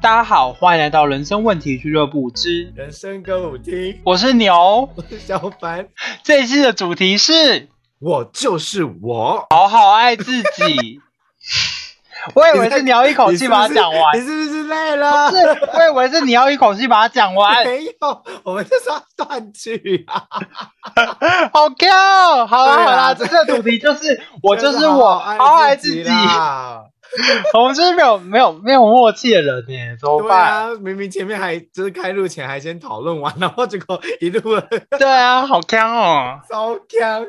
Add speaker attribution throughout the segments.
Speaker 1: 大家好，欢迎来到人生问题俱乐部之，
Speaker 2: 人生歌舞厅，
Speaker 1: 我是牛。
Speaker 2: 我是小凡，
Speaker 1: 这一期的主题是
Speaker 2: 我就是我。
Speaker 1: 好好爱自己。 我以为是你要一口气把它讲
Speaker 2: 你
Speaker 1: 完，
Speaker 2: 是不是累了？
Speaker 1: 是，我以为是你要一口气把它讲完。
Speaker 2: 没有，我们就是要断句啊！
Speaker 1: 好 Q，好啦
Speaker 2: 对啊
Speaker 1: 好啦，这
Speaker 2: 这
Speaker 1: 个主题 就是我就是我，好好
Speaker 2: 好
Speaker 1: 爱自
Speaker 2: 己
Speaker 1: 己。
Speaker 2: 啦。
Speaker 1: 我们就是没有没有没有默契的人呢，怎么
Speaker 2: 对
Speaker 1: 办？
Speaker 2: 啊，明明前面还就是开录前还先讨论完，然后结果一路
Speaker 1: 对啊，好 Q 哦。
Speaker 2: 糟糠。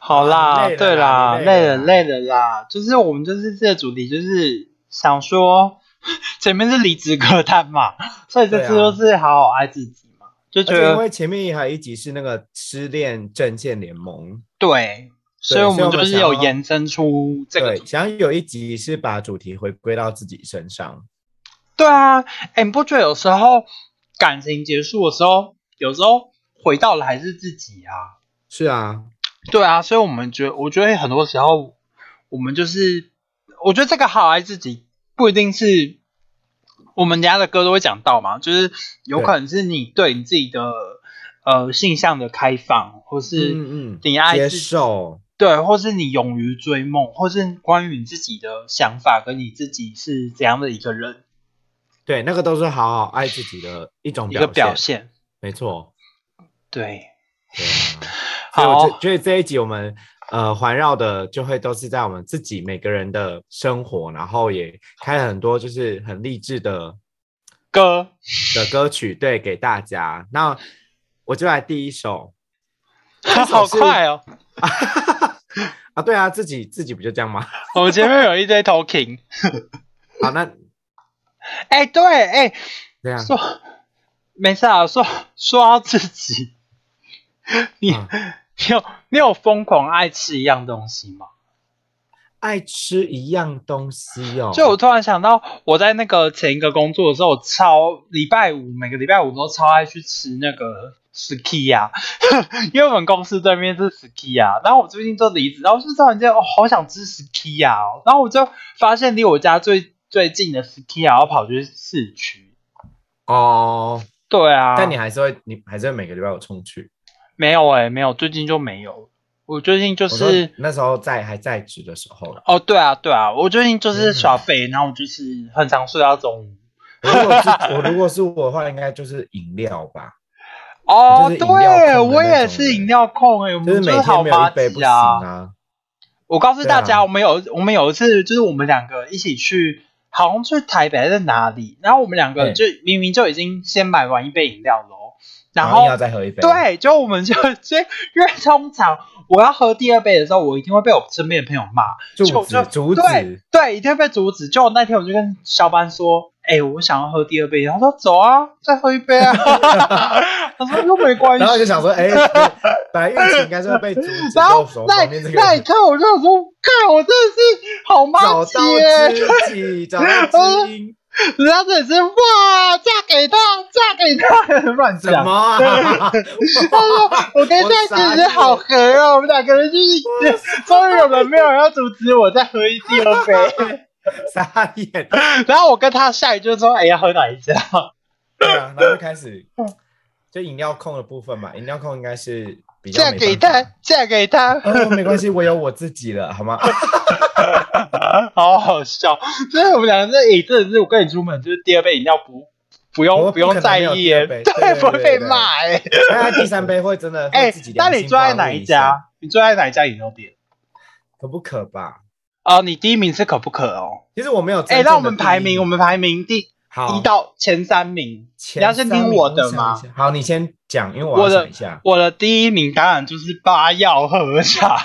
Speaker 1: 好啦，
Speaker 2: 累了啦
Speaker 1: 对啦，
Speaker 2: 啊你
Speaker 1: 累
Speaker 2: 累
Speaker 1: 了
Speaker 2: 了
Speaker 1: 累了啦，就是我们就是这个主题就是想说， 前面是离职歌单 嘛，所以这次
Speaker 2: 对啊
Speaker 1: 就是好好爱自己嘛，就觉
Speaker 2: 而且因
Speaker 1: 得
Speaker 2: 为前面还有一集是那个失恋阵线联盟，
Speaker 1: 对，所以
Speaker 2: 所以
Speaker 1: 我们
Speaker 2: 我们
Speaker 1: 就是
Speaker 2: 想要
Speaker 1: 有延伸出这个
Speaker 2: 对
Speaker 1: 主，题，
Speaker 2: 想要有一集是把主题回归到自己身上。
Speaker 1: 对啊，哎，你不觉得有时候感情结束的时候，有时候回到了还是自己啊？
Speaker 2: 是啊，
Speaker 1: 对啊，所以我们觉得，我觉得很多时候，我们就是，我觉得这个好爱自己不一定是我们家的歌都会讲到嘛，就是有
Speaker 2: 对
Speaker 1: 可能是你对你自己的呃性向的开放，或是
Speaker 2: 嗯嗯，
Speaker 1: 你爱
Speaker 2: 接
Speaker 1: 自己
Speaker 2: 受，
Speaker 1: 对，或是你勇于追梦，或是关于你自己的想法跟你自己是怎样的一个人
Speaker 2: 对，那个都是好好爱自己的一种
Speaker 1: 一
Speaker 2: 表
Speaker 1: 个
Speaker 2: 现，
Speaker 1: 表现。
Speaker 2: 没错。
Speaker 1: 对，
Speaker 2: 对 啊，所以我
Speaker 1: 好
Speaker 2: 就，觉得这一集我们呃环绕的就会都是在我们自己每个人的生活，然后也开了很多就是很励志的
Speaker 1: 歌
Speaker 2: 的歌曲，对，给大家。那我就来第一首
Speaker 1: 好快哦，
Speaker 2: 啊，对啊，自己自己不就这样吗？
Speaker 1: 我们前面有一堆 talking。
Speaker 2: 好，那
Speaker 1: 哎，对，哎，
Speaker 2: 这样
Speaker 1: 说没事啊，说说到自己，你、
Speaker 2: 嗯
Speaker 1: 你有你有疯狂爱吃一样东西吗？
Speaker 2: 爱吃一样东西哦，
Speaker 1: 就我突然想到，我在那个前一个工作的时候，我超礼拜五每个礼拜五都超爱去吃那个 ski 啊， 因为我们公司对面是 ski 啊。然后我最近就离职，然后就突然间哦，好想吃 ski 啊、哦，然后我就发现离我家最最近的 ski 啊，我跑去市区。
Speaker 2: 哦，
Speaker 1: 对啊，
Speaker 2: 但你还是会，你还是会每个礼拜有冲去。
Speaker 1: 没有哎、没有，最近就没有。我最近就
Speaker 2: 我说
Speaker 1: 是
Speaker 2: 那时候在还在职的时候啦，
Speaker 1: 哦，对啊，对啊，我最近就是
Speaker 2: 嗯
Speaker 1: 耍废，然后我就是很常睡到中午。
Speaker 2: 我 如果是我如果是我的话，应该就是饮料吧，
Speaker 1: 哦
Speaker 2: 我，就是饮料控的那
Speaker 1: 对，
Speaker 2: 种
Speaker 1: 我也是饮料控哎、我
Speaker 2: 就是
Speaker 1: 们
Speaker 2: 每
Speaker 1: 是好
Speaker 2: 天没有
Speaker 1: 妈
Speaker 2: 一杯不
Speaker 1: 鸡
Speaker 2: 行
Speaker 1: 啊！
Speaker 2: 啊。
Speaker 1: 我告诉大
Speaker 2: 对
Speaker 1: 家，
Speaker 2: 啊
Speaker 1: 我们有我们有一次就是我们两个一起去，好像去台北还是哪里，然后我们两个
Speaker 2: 对
Speaker 1: 就明明就已经先买完一杯饮料了哦，然
Speaker 2: 后
Speaker 1: 后
Speaker 2: 硬要再喝一杯，，
Speaker 1: 对，就我们就 所以因为通常我要喝第二杯的时候，我一定会被我身边的朋友骂。就
Speaker 2: 竹
Speaker 1: 就
Speaker 2: 子竹子，
Speaker 1: 对对，一定会被阻止。就那天我就跟小班说：“哎、我想要喝第二杯。”他说：“走啊，再喝一杯啊。” 他说：“又没关系。”
Speaker 2: 然后就想 说，哎，本来运气应该是会被竹子，
Speaker 1: 然后
Speaker 2: 就手
Speaker 1: 那
Speaker 2: 旁边这
Speaker 1: 那一
Speaker 2: 个
Speaker 1: 刻我就想说：“看，我真的是好妈
Speaker 2: 找
Speaker 1: 姐，
Speaker 2: 到知 己，找
Speaker 1: 哦
Speaker 2: 到知音，
Speaker 1: 人家真的是哇，嫁给他，嫁给 他，乱
Speaker 2: 什
Speaker 1: 讲。”
Speaker 2: 么啊？
Speaker 1: 他说：“我跟
Speaker 2: 我
Speaker 1: 戴
Speaker 2: 傻
Speaker 1: 姐姐
Speaker 2: 眼
Speaker 1: 好合哦，我们两个人就是，终于有人没有人要阻止我再喝一第二杯。
Speaker 2: 傻眼，
Speaker 1: 然后我跟他下一句就说：‘哎、要喝哪一家？’
Speaker 2: 对啊，然后就开始就饮料控的部分嘛，饮料控应该是比较
Speaker 1: 嫁
Speaker 2: 没
Speaker 1: 给
Speaker 2: 办法
Speaker 1: 他，嫁给他，
Speaker 2: 哦，没关系，我有我自己了，好吗？
Speaker 1: 好好笑。所以我们两个这一阵子，我跟你出门就是第二杯饮料不不
Speaker 2: 我
Speaker 1: 用
Speaker 2: 们
Speaker 1: 不
Speaker 2: 不
Speaker 1: 用
Speaker 2: 可能
Speaker 1: 在
Speaker 2: 没有
Speaker 1: 意
Speaker 2: 第
Speaker 1: 耶，
Speaker 2: 二 杯对对
Speaker 1: 不会
Speaker 2: 对
Speaker 1: 被
Speaker 2: 对
Speaker 1: 骂哎。
Speaker 2: 大家第三杯会真的
Speaker 1: 哎
Speaker 2: 会自己，
Speaker 1: 那
Speaker 2: 良
Speaker 1: 你
Speaker 2: 心
Speaker 1: 最
Speaker 2: 发
Speaker 1: 爱
Speaker 2: 怒
Speaker 1: 哪一
Speaker 2: 一下？
Speaker 1: 家？你最爱哪一家饮料店？
Speaker 2: 可不可吧？
Speaker 1: 哦，你第一名是可不可哦？
Speaker 2: 其实我没有真
Speaker 1: 哎，
Speaker 2: 正的
Speaker 1: 让我们
Speaker 2: 第一
Speaker 1: 排名，我们排名第
Speaker 2: 好
Speaker 1: 一到前三名。你
Speaker 2: 前
Speaker 1: 要先
Speaker 2: 三
Speaker 1: 听
Speaker 2: 名
Speaker 1: 我的
Speaker 2: 想一
Speaker 1: 吗？
Speaker 2: 下？好，你先讲，因为
Speaker 1: 我
Speaker 2: 我
Speaker 1: 的
Speaker 2: 要想一下。
Speaker 1: 我的第一名当然就是八药和茶，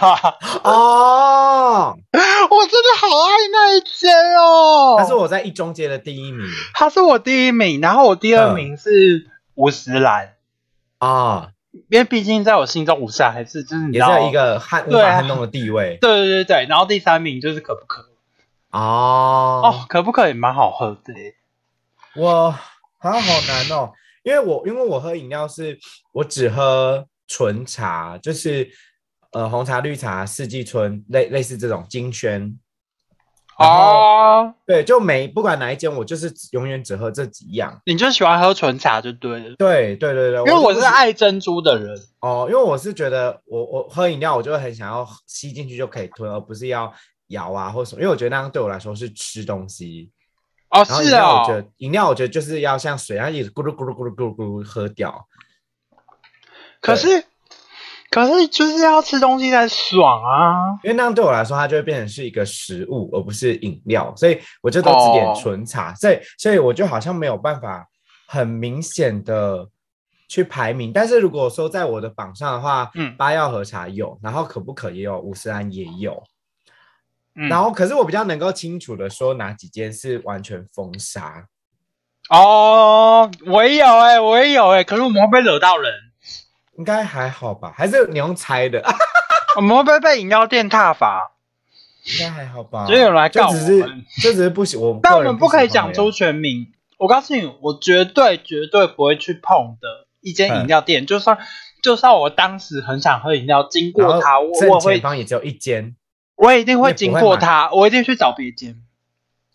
Speaker 2: 哦，
Speaker 1: 我真的好爱那一间哦。
Speaker 2: 他是我在一中街的第一名
Speaker 1: 他是我第一名，然后我第二
Speaker 2: 嗯
Speaker 1: 名是五十岚，
Speaker 2: 哦，
Speaker 1: 因为毕竟在我心中五十岚还是就是你知
Speaker 2: 也是
Speaker 1: 道
Speaker 2: 有一个撼无
Speaker 1: 对啊
Speaker 2: 法撼动的地位
Speaker 1: 对对对对，然后第三名就是可不可哦
Speaker 2: 哦。，
Speaker 1: 可不可也蛮好喝的耶，
Speaker 2: 我啊，好难哦，因为我因为我喝饮料是我只喝纯茶，就是呃红茶、绿茶、四季春类类似这种金萱然后
Speaker 1: 哦，
Speaker 2: 对，就每不管哪一间，我就是只永远只喝这几样。
Speaker 1: 你就喜欢喝纯茶就对了，
Speaker 2: 对对对对，
Speaker 1: 因为我
Speaker 2: 就是
Speaker 1: 爱珍珠的人。
Speaker 2: 哦，因为我是觉得我我喝饮料，我就会很想要吸进去就可以吞，而不是要咬啊或什么。因为我觉得那样对我来说是吃东西。
Speaker 1: 哦，
Speaker 2: 然后饮
Speaker 1: 是
Speaker 2: 料，我觉
Speaker 1: 哦，
Speaker 2: 得饮料我觉得就是要像水，然后一直咕噜咕噜咕噜咕噜咕噜喝掉。
Speaker 1: 可是可是就是要吃东西才爽啊。
Speaker 2: 因为那样对我来说，它就会变成是一个食物，而不是饮料，所以我就都只点
Speaker 1: 哦
Speaker 2: 纯茶，所以所以我就好像没有办法很明显的去排名。但是如果说在我的榜上的话，
Speaker 1: 嗯
Speaker 2: 八药和茶有，然后可不可也有，五十岚也有，
Speaker 1: 嗯，
Speaker 2: 然后可是我比较能够清楚的说哪几间是完全封杀。
Speaker 1: 哦，我也有哎、我也有哎、可是我们会不会惹到人？
Speaker 2: 应该还好吧？还是你用猜的？啊、
Speaker 1: 我们会不会被饮料店踏伐？
Speaker 2: 应该还好吧？
Speaker 1: 就有人来告
Speaker 2: 就
Speaker 1: 我
Speaker 2: 只是
Speaker 1: 们
Speaker 2: 就只是不喜我个人喜欢而已啊，啊
Speaker 1: 但我们不可以讲出全名。我告诉你，我绝对绝对不会去碰的一
Speaker 2: 嗯
Speaker 1: 间饮料店，就算就算我当时很想喝饮料，经
Speaker 2: 然后
Speaker 1: 过它，我
Speaker 2: 正
Speaker 1: 我
Speaker 2: 前
Speaker 1: 会
Speaker 2: 方也只有一间。
Speaker 1: 我一定
Speaker 2: 你也
Speaker 1: 会
Speaker 2: 不
Speaker 1: 经
Speaker 2: 会
Speaker 1: 过
Speaker 2: 买
Speaker 1: 它，我一定去找别间。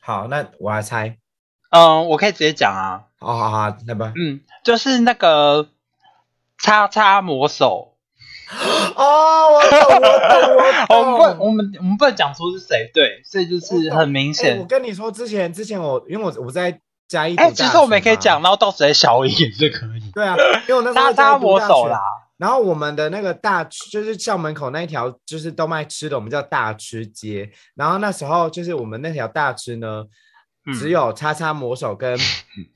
Speaker 2: 好，那我来猜。
Speaker 1: 嗯，我可以直接讲啊，
Speaker 2: 哦，好好，那吧。
Speaker 1: 嗯，就是那个叉叉魔手，
Speaker 2: 哦，我懂，
Speaker 1: 我们不
Speaker 2: 我懂，
Speaker 1: 我
Speaker 2: 我，懂。
Speaker 1: 们我们不能讲出是谁，对，所以就是很明
Speaker 2: 哎
Speaker 1: 显
Speaker 2: 我。跟你说，之前之前我因为我我在嘉义，
Speaker 1: 哎、其实我们也可以讲。到到时候小一点就可以。
Speaker 2: 对啊，因为我那时候
Speaker 1: 叉
Speaker 2: 在嘉
Speaker 1: 叉
Speaker 2: 义读
Speaker 1: 魔
Speaker 2: 大
Speaker 1: 手
Speaker 2: 学，
Speaker 1: 啦，
Speaker 2: 然后我们的那个大就是校门口那一条就是都卖吃的，我们叫大吃街。然后那时候就是我们那条大吃呢，
Speaker 1: 嗯
Speaker 2: 只有叉叉魔手 跟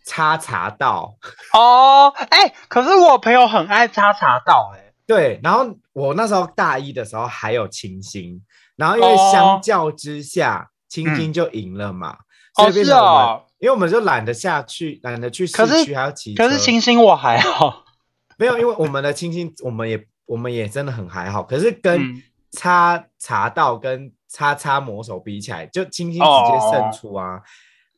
Speaker 2: 叉茶道。
Speaker 1: 哦，哎、可是我朋友很爱叉茶道、哎，
Speaker 2: 对，然后我那时候大一的时候还有清新，然后因
Speaker 1: 哦
Speaker 2: 为相较之下，清新就赢了嘛，
Speaker 1: 嗯
Speaker 2: 所
Speaker 1: 哦
Speaker 2: 以变
Speaker 1: 是
Speaker 2: 成我们，
Speaker 1: 哦，
Speaker 2: 因为我们就懒得下去，懒得去市
Speaker 1: 可是
Speaker 2: 区还要骑车，
Speaker 1: 可是清新我还好，
Speaker 2: 没有，因为我们的清新，我们也我们也真的很还好，可是跟
Speaker 1: 嗯，
Speaker 2: 叉茶道跟叉叉魔手比起来，就清新直接
Speaker 1: 哦
Speaker 2: 胜出啊。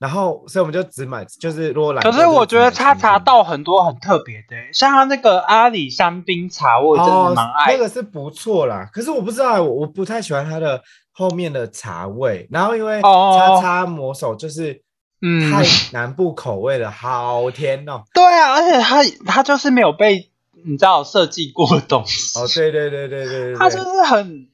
Speaker 2: 然后，所以我们就只买，就是如果懒惰
Speaker 1: 可
Speaker 2: 就只
Speaker 1: 是
Speaker 2: 买清新，
Speaker 1: 我觉得叉茶道很多很特别的、哎像他那个阿里山冰茶，我也真的蛮爱
Speaker 2: 哦那个是不错啦，可是我不知道，我我不太喜欢它的后面的茶味。然后因为
Speaker 1: 哦
Speaker 2: 叉叉魔手就是
Speaker 1: 嗯
Speaker 2: 太南部口味了，好甜哦。
Speaker 1: 对啊，而且它它就是没有被你知道设计过的东西，
Speaker 2: 哦，对对对对对
Speaker 1: 它
Speaker 2: 对
Speaker 1: 就
Speaker 2: 对，
Speaker 1: 是很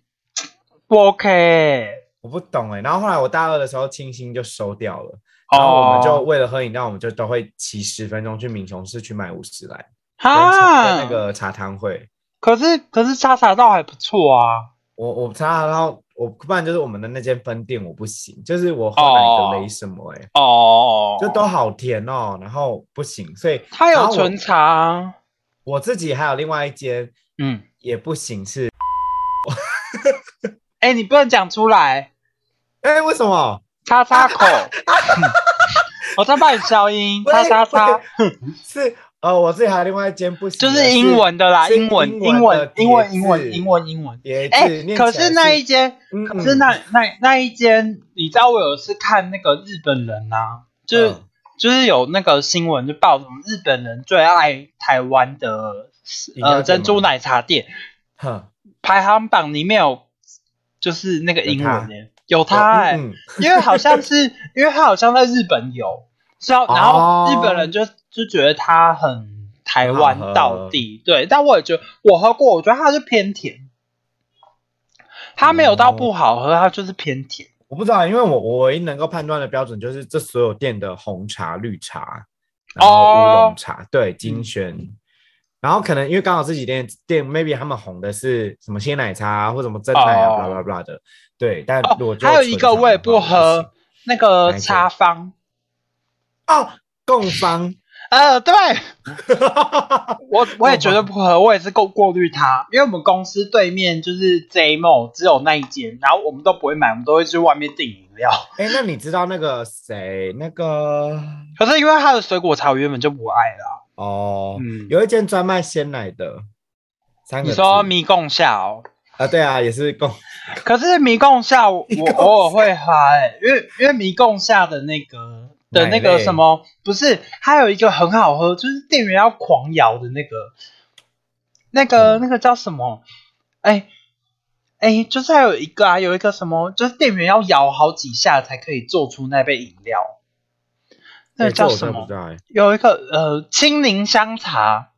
Speaker 1: 不 OK。
Speaker 2: 我不懂哎。然后后来我大二的时候，清新就收掉了，然后我
Speaker 1: 哦，
Speaker 2: 们就为了喝饮料，我们就都会骑十分钟去民雄市去买五十来，跟茶
Speaker 1: 啊，
Speaker 2: 跟那个茶汤会。
Speaker 1: 可是可是叉茶道还不错啊。
Speaker 2: 我我茶然后我不然就是我们的那间分店我不行，就是我喝哪
Speaker 1: 哦
Speaker 2: 个雷什么哎、
Speaker 1: 哦，
Speaker 2: 就都好甜哦，然后不行，所以
Speaker 1: 它
Speaker 2: 然
Speaker 1: 有
Speaker 2: 后我
Speaker 1: 纯茶啊，
Speaker 2: 我自己还有另外一间
Speaker 1: 嗯，
Speaker 2: 也不行是，
Speaker 1: 哎，你不能讲出来，
Speaker 2: 哎、为什么？
Speaker 1: 叉叉 口，哦我在帮你消音，
Speaker 2: 喂
Speaker 1: 叉叉叉，
Speaker 2: 喂是呃，我自己还有另外一间不行
Speaker 1: 就
Speaker 2: 的，
Speaker 1: 是英文的啦，
Speaker 2: 是
Speaker 1: 英文，英
Speaker 2: 英
Speaker 1: 文
Speaker 2: 文的，
Speaker 1: 英文，
Speaker 2: 叠
Speaker 1: 英文，
Speaker 2: 字
Speaker 1: 英文，英文。
Speaker 2: 也
Speaker 1: 哎、
Speaker 2: 是，念
Speaker 1: 可
Speaker 2: 起来
Speaker 1: 是那一间，
Speaker 2: 嗯
Speaker 1: 可是那那那一间，你知道我有一次看那个日本人呐、就是、
Speaker 2: 嗯
Speaker 1: 就是有那个新闻就报什么日本人最爱台湾的
Speaker 2: 饮料
Speaker 1: 呃
Speaker 2: 店
Speaker 1: 珍珠
Speaker 2: 吗
Speaker 1: 奶茶店
Speaker 2: 哼，
Speaker 1: 排行榜里面有，就是那个
Speaker 2: 有
Speaker 1: 英
Speaker 2: 它
Speaker 1: 文的有他哎、
Speaker 2: 嗯嗯
Speaker 1: 因为好像是因为他好像在日本有，是要
Speaker 2: 哦
Speaker 1: 然后日本人就就觉得它很台湾到
Speaker 2: 嗯
Speaker 1: 底，对，但我也觉得我喝过，我觉得它是偏甜，它没有到不好喝，它就是偏甜。
Speaker 2: 我不知道，因为我我唯一能够判断的标准就是这所有店的红茶、绿茶，然
Speaker 1: 哦
Speaker 2: 后乌龙茶，对，
Speaker 1: 嗯
Speaker 2: 精选。然后可能因为刚好这几店店 maybe 他们红的是什么鲜奶茶、啊、或什么真奶啊，
Speaker 1: 哦
Speaker 2: 巴拉巴拉的，对。但
Speaker 1: 哦
Speaker 2: 如果就
Speaker 1: 还有一个
Speaker 2: 纯茶的话
Speaker 1: 我也不
Speaker 2: 我
Speaker 1: 喝，那
Speaker 2: 哪
Speaker 1: 个
Speaker 2: 一个
Speaker 1: 茶坊，
Speaker 2: 不行哦，贡方，
Speaker 1: 呃，对我我也绝对不喝，我也是过过滤它，因为我们公司对面就是 J Mo 只有那一间，然后我们都不会买，我们都会去外面订饮料。
Speaker 2: 哎，那你知道那个谁那个
Speaker 1: 可是因为它的水果茶我原本就不爱了，啊
Speaker 2: 哦，
Speaker 1: 嗯，
Speaker 2: 有一间专卖鲜奶的，三个
Speaker 1: 你说
Speaker 2: 字
Speaker 1: 迷宫下哦，
Speaker 2: 啊？对啊，也是贡
Speaker 1: 可是迷宫下我
Speaker 2: 迷
Speaker 1: 我
Speaker 2: 宫下
Speaker 1: 偶尔会发哎、因为因为迷宫下的那个的那
Speaker 2: 奶
Speaker 1: 个
Speaker 2: 类
Speaker 1: 什么，不是还有一个很好喝，就是店员要狂摇的那个，那个
Speaker 2: 嗯
Speaker 1: 那个叫什么？哎、哎，就是还有一个啊，有一个什么，就是店员要摇好几下才可以做出那杯饮料，那个
Speaker 2: 哎这
Speaker 1: 叫
Speaker 2: 我
Speaker 1: 什
Speaker 2: 真的不
Speaker 1: 么
Speaker 2: 知？道哎。
Speaker 1: 有一个呃青柠香茶，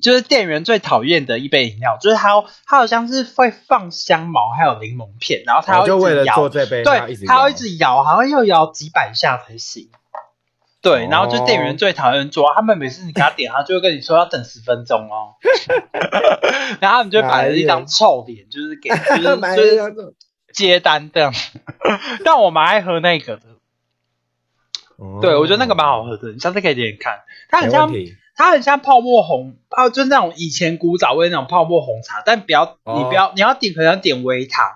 Speaker 1: 就是店员最讨厌的一杯饮料，就是它它好像是会放香茅还有柠檬片，然后它
Speaker 2: 我
Speaker 1: 要
Speaker 2: 哦就
Speaker 1: 一直
Speaker 2: 为了
Speaker 1: 摇
Speaker 2: 做这杯，然后一
Speaker 1: 对
Speaker 2: 直，
Speaker 1: 它
Speaker 2: 摇
Speaker 1: 要一直摇，好像要摇几百下才行。
Speaker 2: 哦
Speaker 1: 对，然后就店员最讨厌做，他们每次你给他点，他就会跟你说要等十分钟 哦，然后他们就摆着一张臭脸，就是 给就是
Speaker 2: 买
Speaker 1: 就
Speaker 2: 了一
Speaker 1: 是
Speaker 2: 张这种
Speaker 1: 接单这样。 但我蛮爱喝那个的，对我觉得那个蛮好喝的，你下次可以点点看。它
Speaker 2: 没
Speaker 1: 很
Speaker 2: 哦
Speaker 1: 像
Speaker 2: 问题
Speaker 1: 它很像泡沫红，泡就是那种以前古早味那种泡沫红茶，但不要、你不要你要点可能要点微糖，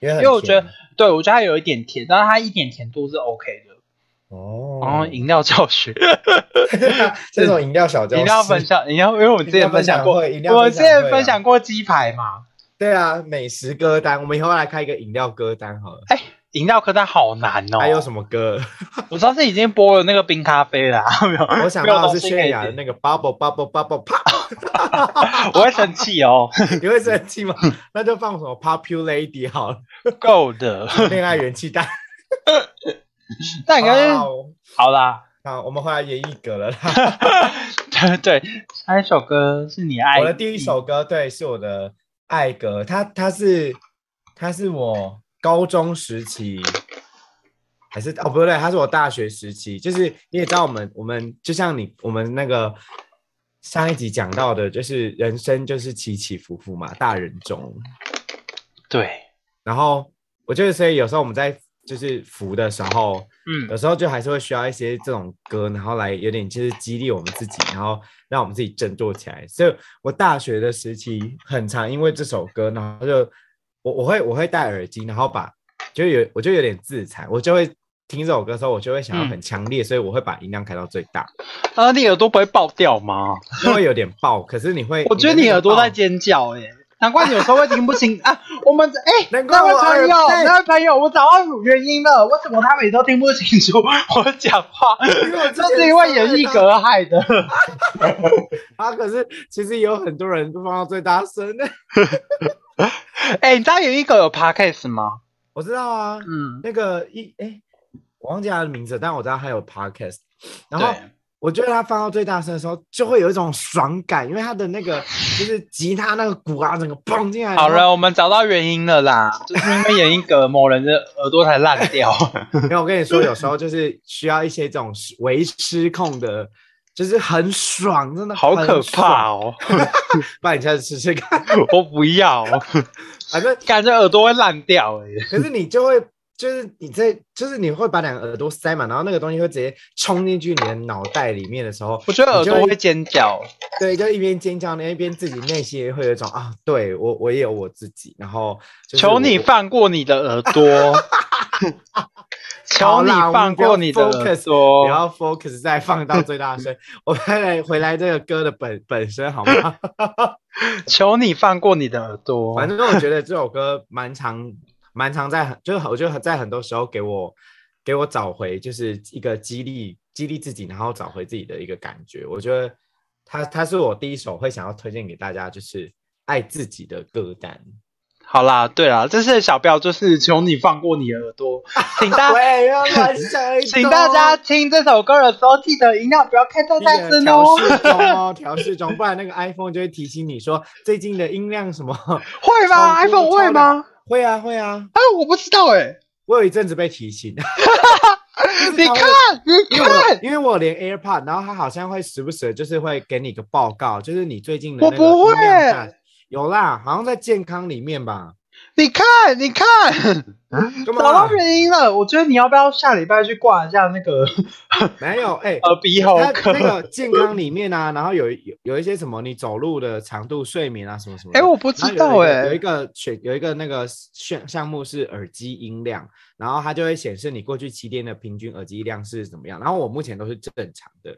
Speaker 2: 因为
Speaker 1: 因
Speaker 2: 很
Speaker 1: 为我觉得
Speaker 2: 甜
Speaker 1: 对我觉得它有一点甜，但是它一点甜度是 OK 的。
Speaker 2: 哦，
Speaker 1: 然后饮料教学，
Speaker 2: 这种饮料小教 室
Speaker 1: 饮料分享，饮料，因为我之前分享过，
Speaker 2: 饮料分享会饮料
Speaker 1: 我
Speaker 2: 分
Speaker 1: 之
Speaker 2: 享会啊
Speaker 1: 前分享过鸡排嘛，
Speaker 2: 对啊，美食歌单，我们以后来开一个饮料歌单好了。
Speaker 1: 饮料科它好难哦。
Speaker 2: 哎还有什么歌？
Speaker 1: 么？我上次已经播了那个冰咖啡了，没有？
Speaker 2: 我想
Speaker 1: 啊没有
Speaker 2: 到的
Speaker 1: 东
Speaker 2: 是
Speaker 1: 西
Speaker 2: 泫
Speaker 1: 可以
Speaker 2: 雅的
Speaker 1: 点
Speaker 2: 那个 bubble bubble bubble pop，
Speaker 1: 我会生气哦，
Speaker 2: 你会生气吗？那就放什么 popular lady 好了，
Speaker 1: 够的。
Speaker 2: 恋爱元气 弹。
Speaker 1: 但感觉
Speaker 2: 好
Speaker 1: 好啦，
Speaker 2: 好，我们回来演绎歌了啦。
Speaker 1: 对，下一首歌是你爱
Speaker 2: 我的第一首歌，对，是我的爱歌，它它是它是我高中时期，还是哦不对，它是我大学时期。就是你也知道，我们我们就像你我们那个上一集讲到的，就是人生就是起起伏伏嘛，大人中。
Speaker 1: 对，
Speaker 2: 然后我觉得，所以有时候我们在就是浮的时候，有
Speaker 1: 嗯，
Speaker 2: 时候就还是会需要一些这种歌，然后来有点就是激励我们自己，然后让我们自己振作起来。所以我大学的时期很常因为这首歌，然后就我我会我会戴耳机，然后把就有我就有点自残，我就会听这首歌的时候，我就会想要
Speaker 1: 嗯
Speaker 2: 很强烈，所以我会把音量开到最大，
Speaker 1: 啊，你耳朵不会爆掉吗？
Speaker 2: 就会有点爆。可是你会，
Speaker 1: 我觉得
Speaker 2: 的那
Speaker 1: 你
Speaker 2: 个
Speaker 1: 耳朵
Speaker 2: 爆
Speaker 1: 在尖叫哎、难怪你有时候会听不 清啊！我们哎、
Speaker 2: 难怪
Speaker 1: 那位
Speaker 2: 我
Speaker 1: 朋
Speaker 2: 耳哎
Speaker 1: 友，
Speaker 2: 背
Speaker 1: 那位朋友，我找到原因了，为什么他每都听不清楚我讲 话？
Speaker 2: 因为我之
Speaker 1: 这
Speaker 2: 前
Speaker 1: 是因为演绎
Speaker 2: 上了
Speaker 1: 格害 的。
Speaker 2: 啊，可是其实有很多人都放到最大声的，
Speaker 1: 哎、你知道演绎格有 podcast 吗？
Speaker 2: 我知道啊，
Speaker 1: 嗯，
Speaker 2: 那个一哎、我忘记他的名字了，但我知道他有 podcast。然后
Speaker 1: 对，
Speaker 2: 我觉得他放到最大声的时候，就会有一种爽感，因为他的 那个就是吉他那个鼓啊，整个蹦进来。
Speaker 1: 好
Speaker 2: 然后，
Speaker 1: 了，我们找到原因了 啦，就是因为演绎格某人的耳朵才烂掉。
Speaker 2: 没有，我跟你说，有时候就是需要一些这种微失控的，就是很爽，真的
Speaker 1: 好
Speaker 2: 很
Speaker 1: 可怕
Speaker 2: 爽。
Speaker 1: 哦！
Speaker 2: 不然你下次试试看，
Speaker 1: 我不要，
Speaker 2: 反正
Speaker 1: 感觉耳朵会烂掉哎、
Speaker 2: 可是你就会。就是你在，就是你会把两个耳朵塞满，然后那个东西会直接冲进去你的脑袋里面的时候，
Speaker 1: 我觉得耳
Speaker 2: 你就
Speaker 1: 朵会尖叫。
Speaker 2: 对，就一边尖叫，那一边自己内心也会有一种啊，对我我也有我自己，然后就是
Speaker 1: 求
Speaker 2: 我
Speaker 1: 你放过你的耳 朵，求
Speaker 2: 好
Speaker 1: 你
Speaker 2: 啦我
Speaker 1: 放
Speaker 2: 们不要
Speaker 1: 过你的耳
Speaker 2: focus，哦
Speaker 1: 朵
Speaker 2: 不。要 focus 再放到最大声，我们来回来这个歌的本本身好吗？
Speaker 1: 求你放过你的耳朵。
Speaker 2: 反正我觉得这首歌蛮常蛮常在很，就是我觉得在很多时候给我给我找回就是一个激励激励自己，然后找回自己的一个感觉。我觉得它它是我第一首会想要推荐给大家，就是爱自己的歌单。
Speaker 1: 好啦，对啦，这次的小标就是求你放过你的耳 朵，请大家。
Speaker 2: 喂，不要乱想 一
Speaker 1: 啊请大家
Speaker 2: 通
Speaker 1: 听这首歌的时候，记得音量不要开太
Speaker 2: 一
Speaker 1: 大
Speaker 2: 个
Speaker 1: 声
Speaker 2: 调
Speaker 1: 哦，
Speaker 2: 试中哦，调试中，不然那个 iPhone 就会提醒你说最近的音量什么。
Speaker 1: 会吗
Speaker 2: 超
Speaker 1: ？iPhone
Speaker 2: 超
Speaker 1: 会吗？
Speaker 2: 会啊会啊，
Speaker 1: 啊，我不知道哎、
Speaker 2: 我有一阵子被提 醒，
Speaker 1: 你看，你
Speaker 2: 因为我
Speaker 1: 看，
Speaker 2: 因为我连 AirPod，然后它好像会时不时地就是会给你一个报告，就是你最近的
Speaker 1: 我
Speaker 2: 那个
Speaker 1: 不会
Speaker 2: 音量大有啦，好像在健康里面吧？
Speaker 1: 你看，你 看，
Speaker 2: 干
Speaker 1: 找到
Speaker 2: 嘛？
Speaker 1: 原因了。我觉得你要不要下礼拜去挂一下那个
Speaker 2: 没有哎、
Speaker 1: 耳鼻喉
Speaker 2: 它
Speaker 1: 科？
Speaker 2: 那个健康里面啊，然后有有有一些什么你走路的长度、睡眠啊什么什么的。
Speaker 1: 哎、我不
Speaker 2: 然
Speaker 1: 知
Speaker 2: 后
Speaker 1: 道
Speaker 2: 有一
Speaker 1: 哎、
Speaker 2: 个有一个选有一个那个选项目是耳机音量，然后它就会显示你过去七天的平均耳机量是怎么样。然后我目前都是正常的，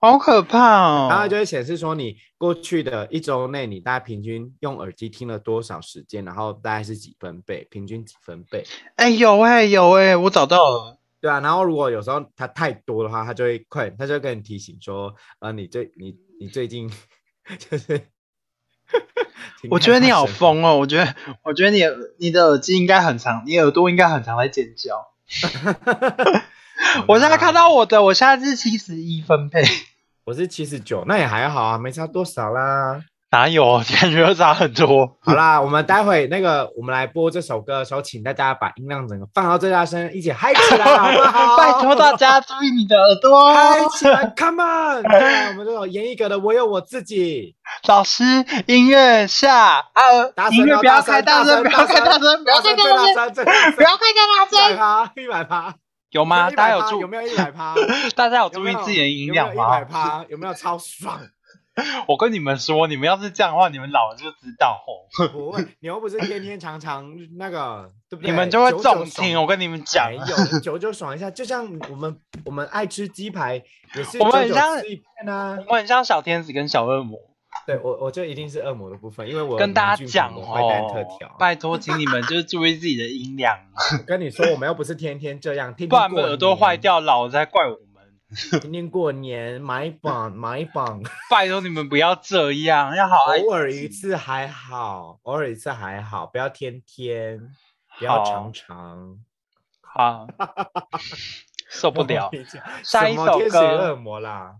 Speaker 1: 好可怕哦！
Speaker 2: 然后它就会显示说你过去的一周内你大概平均用耳机听了多少时间，然后大概是几分贝，平均几分贝。
Speaker 1: 哎、有哎、有哎、我找到了，
Speaker 2: 对啊，然后如果有时候它太多的话，它就会 快，它就会跟你提醒说，呃，你最你你最近就是
Speaker 1: 我觉得你好疯 哦！我觉得，我觉得你你的耳机应该很长，你耳朵应该很常在尖叫。我现在看到我的，我现在是七十一分配，
Speaker 2: 我是七十九，那也还好啊，没差多少啦。
Speaker 1: 哪有？感觉差很多。
Speaker 2: 好啦，我们待会那个我们来播这首歌的时候，请大家把音量整个放到最大声，一起嗨起来，好不好？
Speaker 1: 拜托大家哦注意你的耳朵。
Speaker 2: 嗨起来，Come on！再来我们这首严一格的《我有我自己
Speaker 1: 老师，音乐下啊，
Speaker 2: 打
Speaker 1: 音
Speaker 2: 声
Speaker 1: 乐
Speaker 2: 哦
Speaker 1: 不要
Speaker 2: 大声
Speaker 1: 开大声，不
Speaker 2: 大声
Speaker 1: 要开大声，》，不要开
Speaker 2: 最
Speaker 1: 大声，
Speaker 2: 大声，最大声，
Speaker 1: 不要开
Speaker 2: 一
Speaker 1: 大
Speaker 2: 百
Speaker 1: 声。
Speaker 2: 趴，一百趴，
Speaker 1: 有吗？
Speaker 2: 100%
Speaker 1: 大家有
Speaker 2: 有
Speaker 1: 注，
Speaker 2: 没有一百趴？
Speaker 1: 大家有
Speaker 2: 有
Speaker 1: 注
Speaker 2: 没
Speaker 1: 意
Speaker 2: 有
Speaker 1: 自己的音量
Speaker 2: 有没有一百
Speaker 1: 吗？
Speaker 2: 趴？有没有超爽？
Speaker 1: 我跟你们说，你们要是这样的话，你们老了就知道吼，
Speaker 2: 不会，你又不是天天常常那个，对不对？
Speaker 1: 你们就会
Speaker 2: 久久
Speaker 1: 中
Speaker 2: 爽
Speaker 1: 听。我跟你们讲啊
Speaker 2: 没，有，久久爽一下，就像我们我们爱吃鸡排，也是
Speaker 1: 我们很
Speaker 2: 久久
Speaker 1: 像
Speaker 2: 吃一片啊
Speaker 1: 我。们很像小天使跟小恶魔。
Speaker 2: 对我，我这一定是恶魔的部分，因为我有
Speaker 1: 跟大
Speaker 2: 南
Speaker 1: 家
Speaker 2: 俊
Speaker 1: 讲
Speaker 2: 鹏的坏蛋特
Speaker 1: 哦
Speaker 2: 调，。
Speaker 1: 拜托，请你们就是注意自己的音 量，
Speaker 2: 我跟你说，我们又不是天天这样，天
Speaker 1: 不然
Speaker 2: 天
Speaker 1: 我
Speaker 2: 过
Speaker 1: 们耳朵
Speaker 2: 年
Speaker 1: 坏，掉，老了再怪我们。
Speaker 2: 天天过年买榜买 榜，
Speaker 1: 拜托你们不要这样，要好爱
Speaker 2: 偶尔一次还好，偶尔一次还好，不要天天，不要
Speaker 1: 好
Speaker 2: 常常。
Speaker 1: 好，受不 了。下
Speaker 2: 下
Speaker 1: 一
Speaker 2: 一
Speaker 1: 首
Speaker 2: 首歌
Speaker 1: 歌
Speaker 2: 恶魔啦，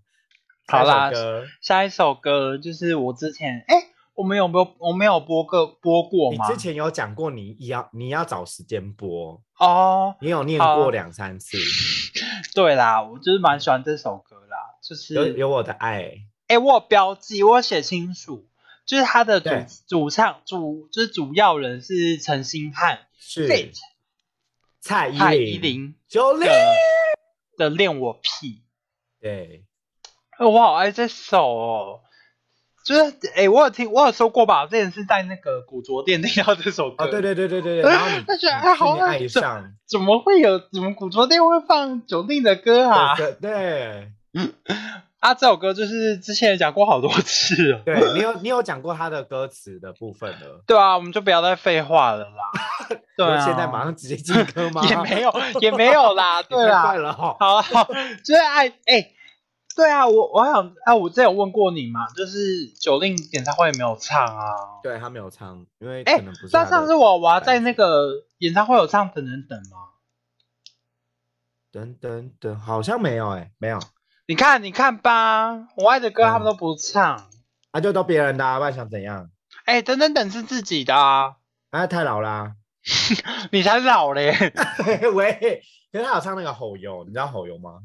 Speaker 1: 好啦
Speaker 2: 下一首歌
Speaker 1: 下一首歌就是我之前，哎、我们有没有我没有播过播过
Speaker 2: 你
Speaker 1: 吗？
Speaker 2: 之前有讲过你要你要找时间播，
Speaker 1: 哦，
Speaker 2: 你有念
Speaker 1: 好
Speaker 2: 过两三次，
Speaker 1: 对啦，我就是蛮喜欢这首歌啦，就
Speaker 2: 有
Speaker 1: 是
Speaker 2: 有我的爱，
Speaker 1: 哎、我有标记，我有写清楚，就是他的主
Speaker 2: 对
Speaker 1: 主唱主就是主要人是陈星汉、
Speaker 2: 是
Speaker 1: Fit
Speaker 2: 蔡依
Speaker 1: 蔡依
Speaker 2: 林、
Speaker 1: 林
Speaker 2: 九
Speaker 1: 的
Speaker 2: 零，
Speaker 1: 的恋我屁，
Speaker 2: 对，
Speaker 1: 哎我好爱这首哦。就是哎、我有听，我有说过吧，我之前是在那个古着店听到这首歌，
Speaker 2: 哦对对对对对对，然后你
Speaker 1: 但是
Speaker 2: 你
Speaker 1: 哎
Speaker 2: 去
Speaker 1: 好
Speaker 2: 年
Speaker 1: 爱
Speaker 2: 爱
Speaker 1: 这
Speaker 2: 上，
Speaker 1: 怎么会有怎么古着店会放九令的歌啊？
Speaker 2: 对对
Speaker 1: 啊，这首歌就是之前也讲过好多次了。
Speaker 2: 对，你有你有讲过他的歌词的部分的，
Speaker 1: 对啊，我们就不要再废话了啦。 对
Speaker 2: 我
Speaker 1: 啊，
Speaker 2: 现在马上直接进 歌吗？
Speaker 1: 也 没有也没有啦，
Speaker 2: 你
Speaker 1: 对啊
Speaker 2: 太
Speaker 1: 啦
Speaker 2: 快，了哦
Speaker 1: 好
Speaker 2: 哈，
Speaker 1: 好，就是爱哎、对啊，我我想啊，我之前有问过你嘛，就是九令演唱会有没有唱啊？
Speaker 2: 对他没有唱，因为
Speaker 1: 哎
Speaker 2: 可能不是啊
Speaker 1: 那
Speaker 2: 哎他
Speaker 1: 上次
Speaker 2: 的。
Speaker 1: 我娃在那个演唱会有唱等等等吗？
Speaker 2: 等等等，好像没有哎，没有，
Speaker 1: 你看你看吧，我爱
Speaker 2: 嗯
Speaker 1: 的歌他们都不唱，
Speaker 2: 那就都别人的啊，不然想怎样？
Speaker 1: 哎、等等等是自己的啊，
Speaker 2: 啊， 太老啦。
Speaker 1: 你才老嘞，
Speaker 2: 喂，可是他有唱那个吼油，你知道吼油吗？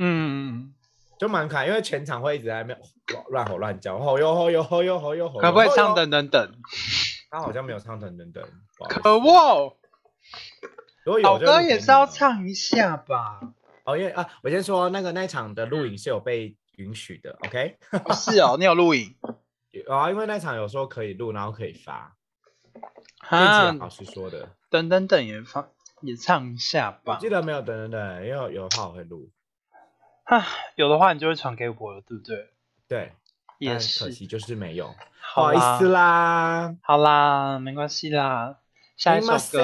Speaker 1: 嗯，
Speaker 2: 就蛮可爱，因为全场会一直在那边乱乱吼乱叫，吼油吼油吼油吼油吼油。
Speaker 1: 可不可以
Speaker 2: 吼
Speaker 1: 唱
Speaker 2: 油？
Speaker 1: 等等等？
Speaker 2: 他好像没有唱等等等。不好意思
Speaker 1: 可恶，
Speaker 2: 哎如果有
Speaker 1: 老
Speaker 2: 就录
Speaker 1: 歌
Speaker 2: 给
Speaker 1: 也
Speaker 2: 你
Speaker 1: 是要
Speaker 2: 们
Speaker 1: 唱一下 吧？
Speaker 2: 哦，因为啊，我先说那个那一场的录影是有被允许 的，OK？
Speaker 1: 哦是哦，你有录影
Speaker 2: 有啊，因为那场有说可以录，然后可以发，这
Speaker 1: 啊
Speaker 2: 是？老师说的。
Speaker 1: 等等等也放也唱一下
Speaker 2: 我
Speaker 1: 吧
Speaker 2: 记。得没有等等等，因为有的话我会录。
Speaker 1: 啊，有的话你就会传给我了，对不对？
Speaker 2: 对，
Speaker 1: 也
Speaker 2: 但
Speaker 1: 是
Speaker 2: 可，惜就是没有，不
Speaker 1: 好啊
Speaker 2: 好意
Speaker 1: 啦
Speaker 2: 思，啦。
Speaker 1: 好啦，没关系啦。下一首歌，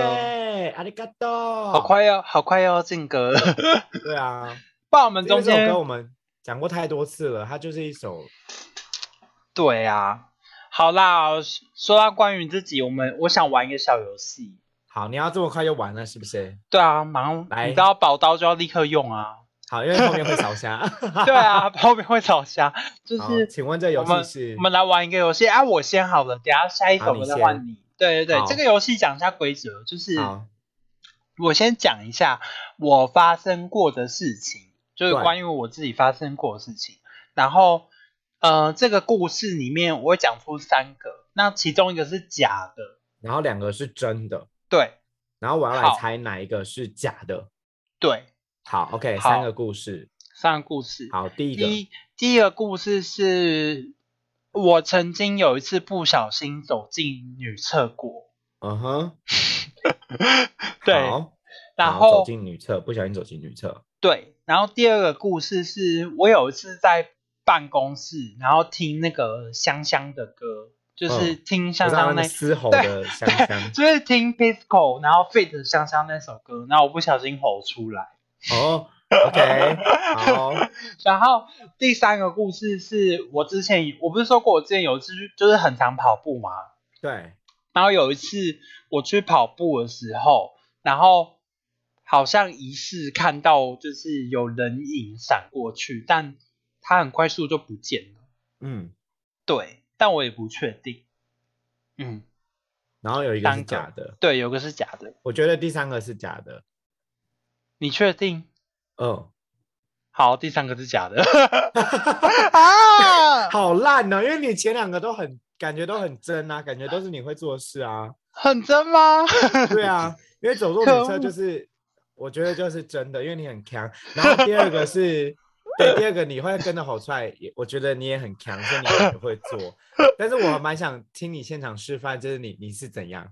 Speaker 2: 阿里嘎多，
Speaker 1: 好快要好快要进歌了，
Speaker 2: 对啊，
Speaker 1: 不然我们
Speaker 2: 因
Speaker 1: 中
Speaker 2: 为这首
Speaker 1: 间
Speaker 2: 歌我们讲过太多次了，它就是一首
Speaker 1: 对啊。好啦，说到关于自己，我们我想玩一个小游戏。
Speaker 2: 好，你要这么快就完了是不是？
Speaker 1: 对啊，马上
Speaker 2: 来
Speaker 1: 你知道宝刀就要立刻用 啊。
Speaker 2: 好，因为后面会烧虾。
Speaker 1: 对啊，后面会吵架。就
Speaker 2: 好，
Speaker 1: 是
Speaker 2: 请问哦这游戏是
Speaker 1: 我们来玩一个游戏，啊，我先好了，等一下下一首
Speaker 2: 好
Speaker 1: 歌
Speaker 2: 你
Speaker 1: 再
Speaker 2: 先
Speaker 1: 换你。对对对，
Speaker 2: 好
Speaker 1: 这个游戏讲一下规则，就是
Speaker 2: 好
Speaker 1: 我先讲一下我发生过的事情，就是
Speaker 2: 对
Speaker 1: 关于我自己发生过的事情。然后，呃，这个故事里面我会讲出三个，那其中一个是假的，
Speaker 2: 然后两个是真的，
Speaker 1: 对
Speaker 2: 然后我要
Speaker 1: 好
Speaker 2: 来猜哪一个是假的。
Speaker 1: 对，
Speaker 2: 好，OK，
Speaker 1: 好
Speaker 2: 三个故事。
Speaker 1: 三个故事。
Speaker 2: 好，第一个，
Speaker 1: 第一第一个故事是我曾经有一次不小心走进女厕过，
Speaker 2: 嗯哼，
Speaker 1: 对，
Speaker 2: 好
Speaker 1: 然
Speaker 2: 好
Speaker 1: 后
Speaker 2: 走进女厕，不小心走进女厕。
Speaker 1: 对，然后第二个故事是我有一次在办公室，然后听那个香香的歌，就是
Speaker 2: 嗯
Speaker 1: 听
Speaker 2: 我
Speaker 1: 香
Speaker 2: 知道
Speaker 1: 香那
Speaker 2: 那个，嘶吼
Speaker 1: 对
Speaker 2: 的香香
Speaker 1: 对，。就是听 Pisco，然后 Fit 香香那首歌，然后我不小心吼出来，
Speaker 2: 哦， OK，好，
Speaker 1: 然后第三个故事是我之前我不是说过我之前有一次去就是很常跑步嘛，
Speaker 2: 对，
Speaker 1: 然后有一次我去跑步的时候，然后好像疑似看到就是有人影闪过去，但它很快速就不见了。
Speaker 2: 嗯，
Speaker 1: 对，但我也不确定。嗯，
Speaker 2: 然后有一个
Speaker 1: 三
Speaker 2: 是
Speaker 1: 个
Speaker 2: 假的，
Speaker 1: 对，有个是假的，
Speaker 2: 我觉得第三个是假的，
Speaker 1: 你确定？
Speaker 2: 嗯，
Speaker 1: 好，第三个是假 的。啊，
Speaker 2: 好烂哦，因为你前两个都很感觉都很真啊，感觉都是你会做的事啊，
Speaker 1: 很真吗？
Speaker 2: 对啊，因为走路
Speaker 1: 可
Speaker 2: 女车就是，我觉得就是真的，因为你很强。然后第二 个是，对，第二个你会跟着吼出来，也我觉得你也很强，所以你也会做。但是我蛮想听你现场示范，就是你你是怎样，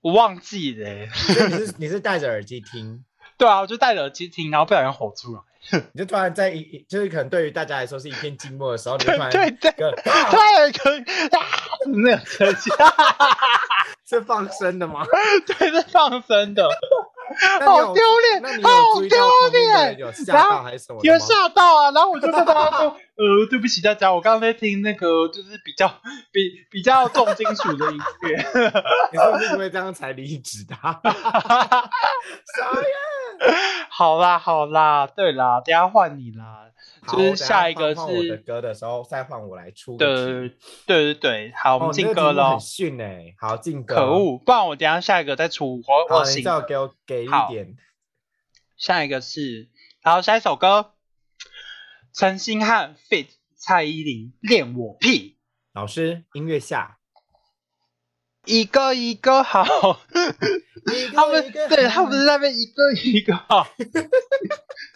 Speaker 1: 我忘记了欸。
Speaker 2: 就是你是你是戴着耳机听，
Speaker 1: 对啊，我就戴着耳机听，然后不小心吼出来。
Speaker 2: 你就突然在一一就是可能对于大家来说是一片静默的时候，你就突 然
Speaker 1: 对对
Speaker 2: 一个
Speaker 1: 突
Speaker 2: 啊
Speaker 1: 然有一个啊，那个声音，
Speaker 2: 是放声 的吗？
Speaker 1: 对，是放声的，
Speaker 2: 那你有
Speaker 1: 好丢脸
Speaker 2: 那你，有
Speaker 1: 好
Speaker 2: 注意
Speaker 1: 丢
Speaker 2: 到旁边的人
Speaker 1: 脸。
Speaker 2: 有吓到还是什么的
Speaker 1: 有
Speaker 2: 吗？
Speaker 1: 吓到啊！然后我就跟大家说，呃，对不起大家，我刚刚在听那个就是比较比比较重金属的音乐，
Speaker 2: 你是不是因为这样才离职的啊？ 傻眼
Speaker 1: 好啦好啦，对啦，等一下换你啦，
Speaker 2: 好
Speaker 1: 就是
Speaker 2: 我等
Speaker 1: 下一个
Speaker 2: 换换我的
Speaker 1: 是，
Speaker 2: 歌的时候，再换我来出
Speaker 1: 对
Speaker 2: 个题。
Speaker 1: 对对对，好，我
Speaker 2: 哦，
Speaker 1: 们
Speaker 2: 你这
Speaker 1: 进
Speaker 2: 个
Speaker 1: 歌
Speaker 2: 题目
Speaker 1: 喽
Speaker 2: 很。逊哎，好进歌。
Speaker 1: 可！恶，不然我等一下下一个再出，我
Speaker 2: 好，
Speaker 1: 我
Speaker 2: 你
Speaker 1: 行
Speaker 2: 最。好给我给一
Speaker 1: 好
Speaker 2: 点。
Speaker 1: 下一个是，然后下一首歌，陈星汉 fit 蔡依林恋我屁，
Speaker 2: 老师，音乐下。
Speaker 1: 一个一个好，他们对他们是在那边一个一个好。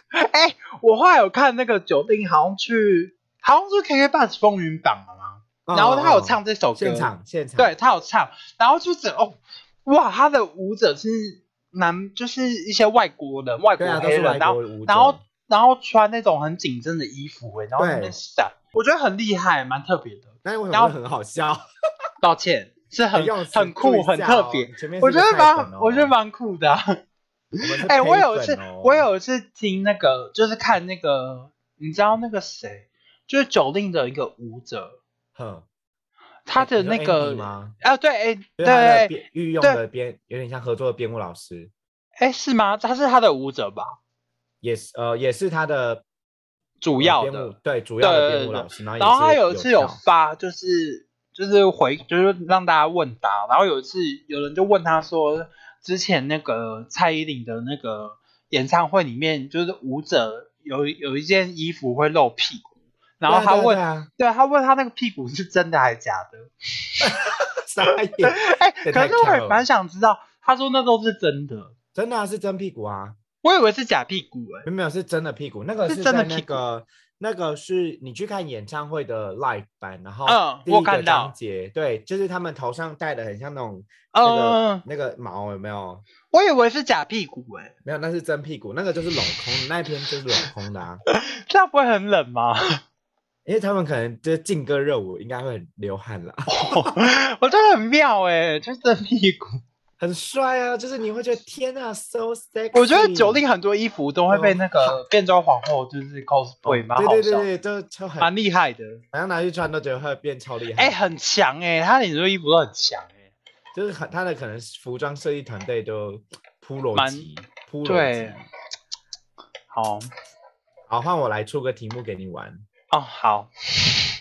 Speaker 1: 哎、我后来有看那个九定，好像去好像是 KK Bus 风云榜了吗？
Speaker 2: 哦，
Speaker 1: 然后他有
Speaker 2: 哦
Speaker 1: 唱这首歌，
Speaker 2: 现场现场。
Speaker 1: 对他有唱，然后就是哦，哇，他的舞者是男，就是一些外国人、外国
Speaker 2: 对啊，都
Speaker 1: 黑
Speaker 2: 是
Speaker 1: 人，
Speaker 2: 外
Speaker 1: 然后
Speaker 2: 国舞者。
Speaker 1: 然后然后穿那种很紧身的衣服、欸，然后
Speaker 2: 对
Speaker 1: 在那边闪，我觉得很厉害，蛮特别的。
Speaker 2: 但是为什
Speaker 1: 然
Speaker 2: 么
Speaker 1: 后
Speaker 2: 会很好笑？
Speaker 1: 抱歉，是很
Speaker 2: 用词
Speaker 1: 很
Speaker 2: 注
Speaker 1: 酷，
Speaker 2: 意
Speaker 1: 很
Speaker 2: 下
Speaker 1: 特
Speaker 2: 哦
Speaker 1: 别。。
Speaker 2: 前面
Speaker 1: 我
Speaker 2: 是
Speaker 1: 觉
Speaker 2: 个
Speaker 1: 得
Speaker 2: 菜
Speaker 1: 蛮
Speaker 2: 梗哦，
Speaker 1: 我觉得。蛮酷 的啊、哎、
Speaker 2: 哎，
Speaker 1: 我有一次，我。有一次听那个，就是看那个，你知道那个谁，就是九令的一个舞者，
Speaker 2: 哼，
Speaker 1: 他的
Speaker 2: 哎你说
Speaker 1: 那个
Speaker 2: Andy 吗？
Speaker 1: 啊，对，哎、
Speaker 2: 就
Speaker 1: 对，
Speaker 2: 是他的
Speaker 1: 哎、
Speaker 2: 编御用
Speaker 1: 对
Speaker 2: 的编，有点像合作的编舞老师，
Speaker 1: 哎是吗？他是他的舞者吧？
Speaker 2: 也是呃，也是他的
Speaker 1: 主
Speaker 2: 呃
Speaker 1: 要
Speaker 2: 编
Speaker 1: 的
Speaker 2: 舞，对主要
Speaker 1: 对
Speaker 2: 的
Speaker 1: 对
Speaker 2: 编舞
Speaker 1: 对
Speaker 2: 老师，然后
Speaker 1: 然后他
Speaker 2: 也是
Speaker 1: 有一次有
Speaker 2: 跳
Speaker 1: 发，就是就是回，就是让大家问答。然后有一次有人就问他说，之前那个蔡依林的那个演唱会里面，就是舞者有有一件衣服会露屁股，然后
Speaker 2: 对
Speaker 1: 他
Speaker 2: 对
Speaker 1: 问，
Speaker 2: 对啊
Speaker 1: 对他问他那个屁股是真的还是假的？
Speaker 2: 傻眼，
Speaker 1: 哎、
Speaker 2: 这
Speaker 1: 可
Speaker 2: 太
Speaker 1: 是我
Speaker 2: 强
Speaker 1: 也
Speaker 2: 了
Speaker 1: 蛮想知道，他说那都是真的，
Speaker 2: 真的、啊、是真屁股啊，
Speaker 1: 我以为是假屁股哎、
Speaker 2: 没有没有是真的屁股，那个
Speaker 1: 是
Speaker 2: 是
Speaker 1: 真的
Speaker 2: 在那
Speaker 1: 屁股
Speaker 2: 个那个是你去看演唱会的 live 版，然后
Speaker 1: 嗯
Speaker 2: 第
Speaker 1: 我
Speaker 2: 一个
Speaker 1: 看到
Speaker 2: 章节，对，就是他们头上戴的很像那种、那个
Speaker 1: 嗯，
Speaker 2: 那个毛有没有？
Speaker 1: 我以为是假屁股哎、
Speaker 2: 没有，那是真屁股，那个就是镂空的，那一篇就是镂空的啊，
Speaker 1: 这样不会很冷吗？
Speaker 2: 因为他们可能就是劲歌热舞，应该会很流汗啦，
Speaker 1: 我觉得很妙哎、就是真屁股。
Speaker 2: 很帅啊，就是你会觉得天啊，so sexy。
Speaker 1: 我觉得九令很多衣服都会被那个变装皇后就是 cosplay，蛮
Speaker 2: 哦对
Speaker 1: 好
Speaker 2: 嗯对
Speaker 1: 笑，
Speaker 2: 对对，就超很，
Speaker 1: 蛮厉害的。
Speaker 2: 好像拿去穿都觉得会变超厉害。
Speaker 1: 哎，很强哎，他很多衣服都很强哎。
Speaker 2: 就是很他的可能是服装设计团队都铺逻
Speaker 1: 蛮
Speaker 2: 辑，铺逻辑
Speaker 1: 对。好
Speaker 2: 好，换我来出个题目给你玩，
Speaker 1: 哦，好，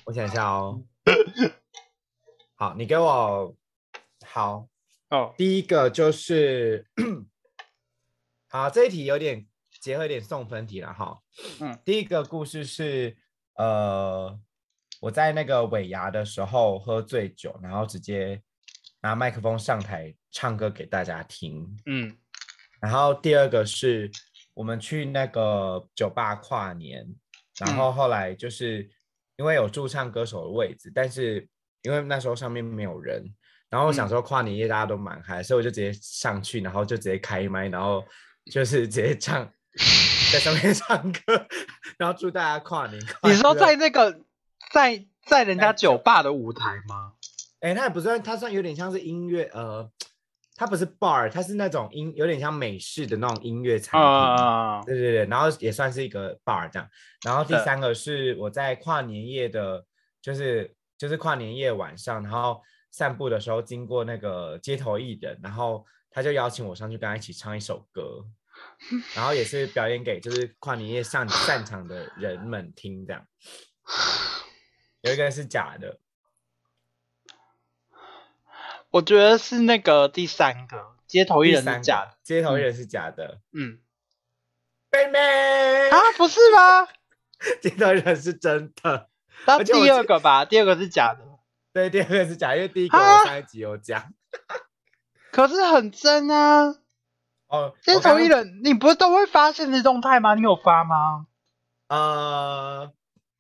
Speaker 2: 我想一 下哦。好，你给我好，
Speaker 1: 哦，
Speaker 2: 第一个就是， 好，这一题有点结合一点送分题了哈。
Speaker 1: 嗯，
Speaker 2: 第一个故事是，呃，我在那个尾牙的时候喝醉酒，然后直接拿麦克风上台唱歌给大家听。
Speaker 1: 嗯
Speaker 2: 然后第二个是我们去那个酒吧跨年，然
Speaker 1: 嗯
Speaker 2: 后后来就是因为有驻唱歌手的位置，但是因为那时候上面没有人，然后我想
Speaker 1: 嗯
Speaker 2: 说跨年夜大家都蛮嗨，所以我就直接上去，然后就直接开麦，然后就是直接唱，在上面 唱歌，然后祝大家跨年快
Speaker 1: 你
Speaker 2: 乐。
Speaker 1: 说在那个在在人家
Speaker 2: 在酒
Speaker 1: 酒吧的舞台吗？
Speaker 2: 哎，他也不算，他算有点像是音乐呃它不是 bar，它是那种音有点像美式的那种音乐餐厅。
Speaker 1: 啊，
Speaker 2: 对对对，然后也算是一个 bar 这样。然后第
Speaker 1: 嗯
Speaker 2: 三个是我在跨年夜的，就是就是跨年夜晚上，然后散步的时候经过那个街头艺人，然后他就邀请我上去跟他一起唱一首 歌，然后也是表演给就是跨年夜上散场的人们听这样。有一个是假的，
Speaker 1: 我觉得是那个第三个街头艺人
Speaker 2: 第三
Speaker 1: 是
Speaker 2: 个
Speaker 1: 假的，，
Speaker 2: 街头艺人是假的。
Speaker 1: 嗯
Speaker 2: 妹妹，
Speaker 1: 啊，不是吗？
Speaker 2: 街头艺人是真的。
Speaker 1: 那
Speaker 2: 而且我
Speaker 1: 第二个吧，第二个是假的，
Speaker 2: 对，第二个是假，因为第一个
Speaker 1: 啊
Speaker 2: 我上一集有讲。
Speaker 1: 可是很真啊。
Speaker 2: 哦，
Speaker 1: 街
Speaker 2: 我刚
Speaker 1: 头艺人，你不是都会发现实动态吗？你有发吗？
Speaker 2: 呃，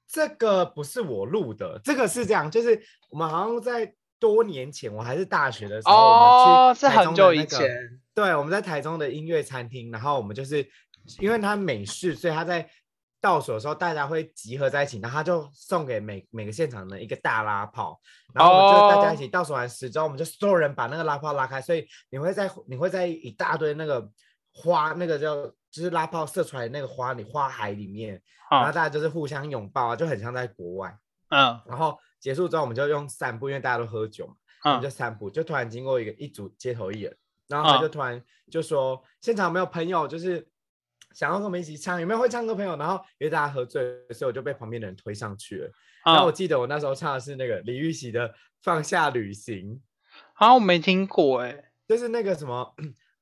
Speaker 2: 这个不是我录的，这个是这样，就是我们好像在多年前，我还是大学的时候，我
Speaker 1: 哦
Speaker 2: 们，去
Speaker 1: 是
Speaker 2: 台
Speaker 1: 很
Speaker 2: 中的
Speaker 1: 久
Speaker 2: 那
Speaker 1: 以
Speaker 2: 个
Speaker 1: 前。
Speaker 2: 对，我们在台中的音乐餐厅，然后我们就是因为它美式，所以它在倒数的时候大家会集合在一起，然后他就送给每每个现场的一个大拉炮，然后我们就大家一起倒数完十之后，我们就所有人把那个拉炮拉开，所以你会在你会在一大堆那个花，那个叫就是拉炮射出来的那个花里花海里面，然后
Speaker 1: 嗯
Speaker 2: 大家就是互相拥抱啊，就很像在国外。
Speaker 1: 嗯
Speaker 2: 然后结束之后，我们就用散步，因为大家都喝酒嘛。我们就
Speaker 1: 嗯，
Speaker 2: 散步，就突然经过一个一组街头艺人，然后他
Speaker 1: 嗯
Speaker 2: 就突然就说、现场有没有朋友就是想要跟我们一起唱，有没有会唱歌的朋友？然后因为大家喝醉，所以我就被旁边的人推上去了。然后我
Speaker 1: 嗯
Speaker 2: 记得我那时候唱的是那个李玉玺的《放下旅行
Speaker 1: 啊，我没听过哎。》，
Speaker 2: 就是那个什么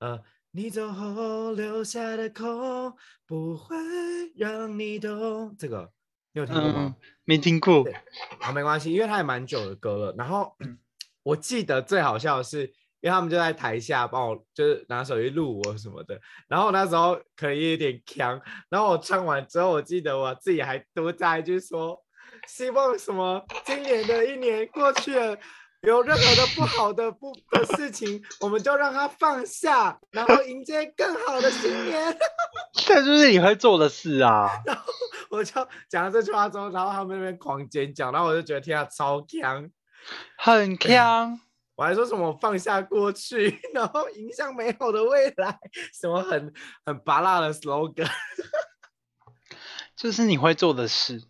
Speaker 2: 呃。你走后留下的空不会让你懂，这个你有听过吗？
Speaker 1: 嗯，没听过。
Speaker 2: 啊，没关系，因为他也蛮久的歌了。然后
Speaker 1: 嗯
Speaker 2: 我记得最好笑的是，因为他们就在台下帮我，就是拿手机录我什么的。然后那时候可能也有点强，然后我唱完之后，我记得我自己还多加一句说，希望什么今年的一年过去了。有任何的不好的不的事情，我们就让它放下，然后迎接更好的新年。
Speaker 1: 这就是你会做的事啊！
Speaker 2: 我就讲了这句话之后，然后他们那边狂尖叫，然后我就觉得天啊，超强！
Speaker 1: 很强，
Speaker 2: 我还说什么放下过去， 然后迎向美好的未来，什么很很拔辣的 slogan。
Speaker 1: 就是你会做的事。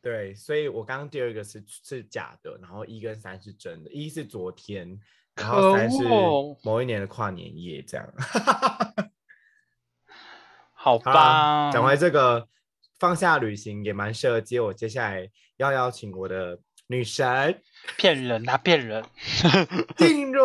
Speaker 2: 对，所以我刚刚第二个是是假的，然后一跟三是真的，一是昨天，然后三是
Speaker 1: 可恶
Speaker 2: 某一年的跨年夜这样。
Speaker 1: 好
Speaker 2: 好
Speaker 1: 吧
Speaker 2: 啦，，讲回这个放下旅行也蛮适合接我接下来要邀请我的女神
Speaker 1: 骗人，他骗 人，
Speaker 2: 静茹。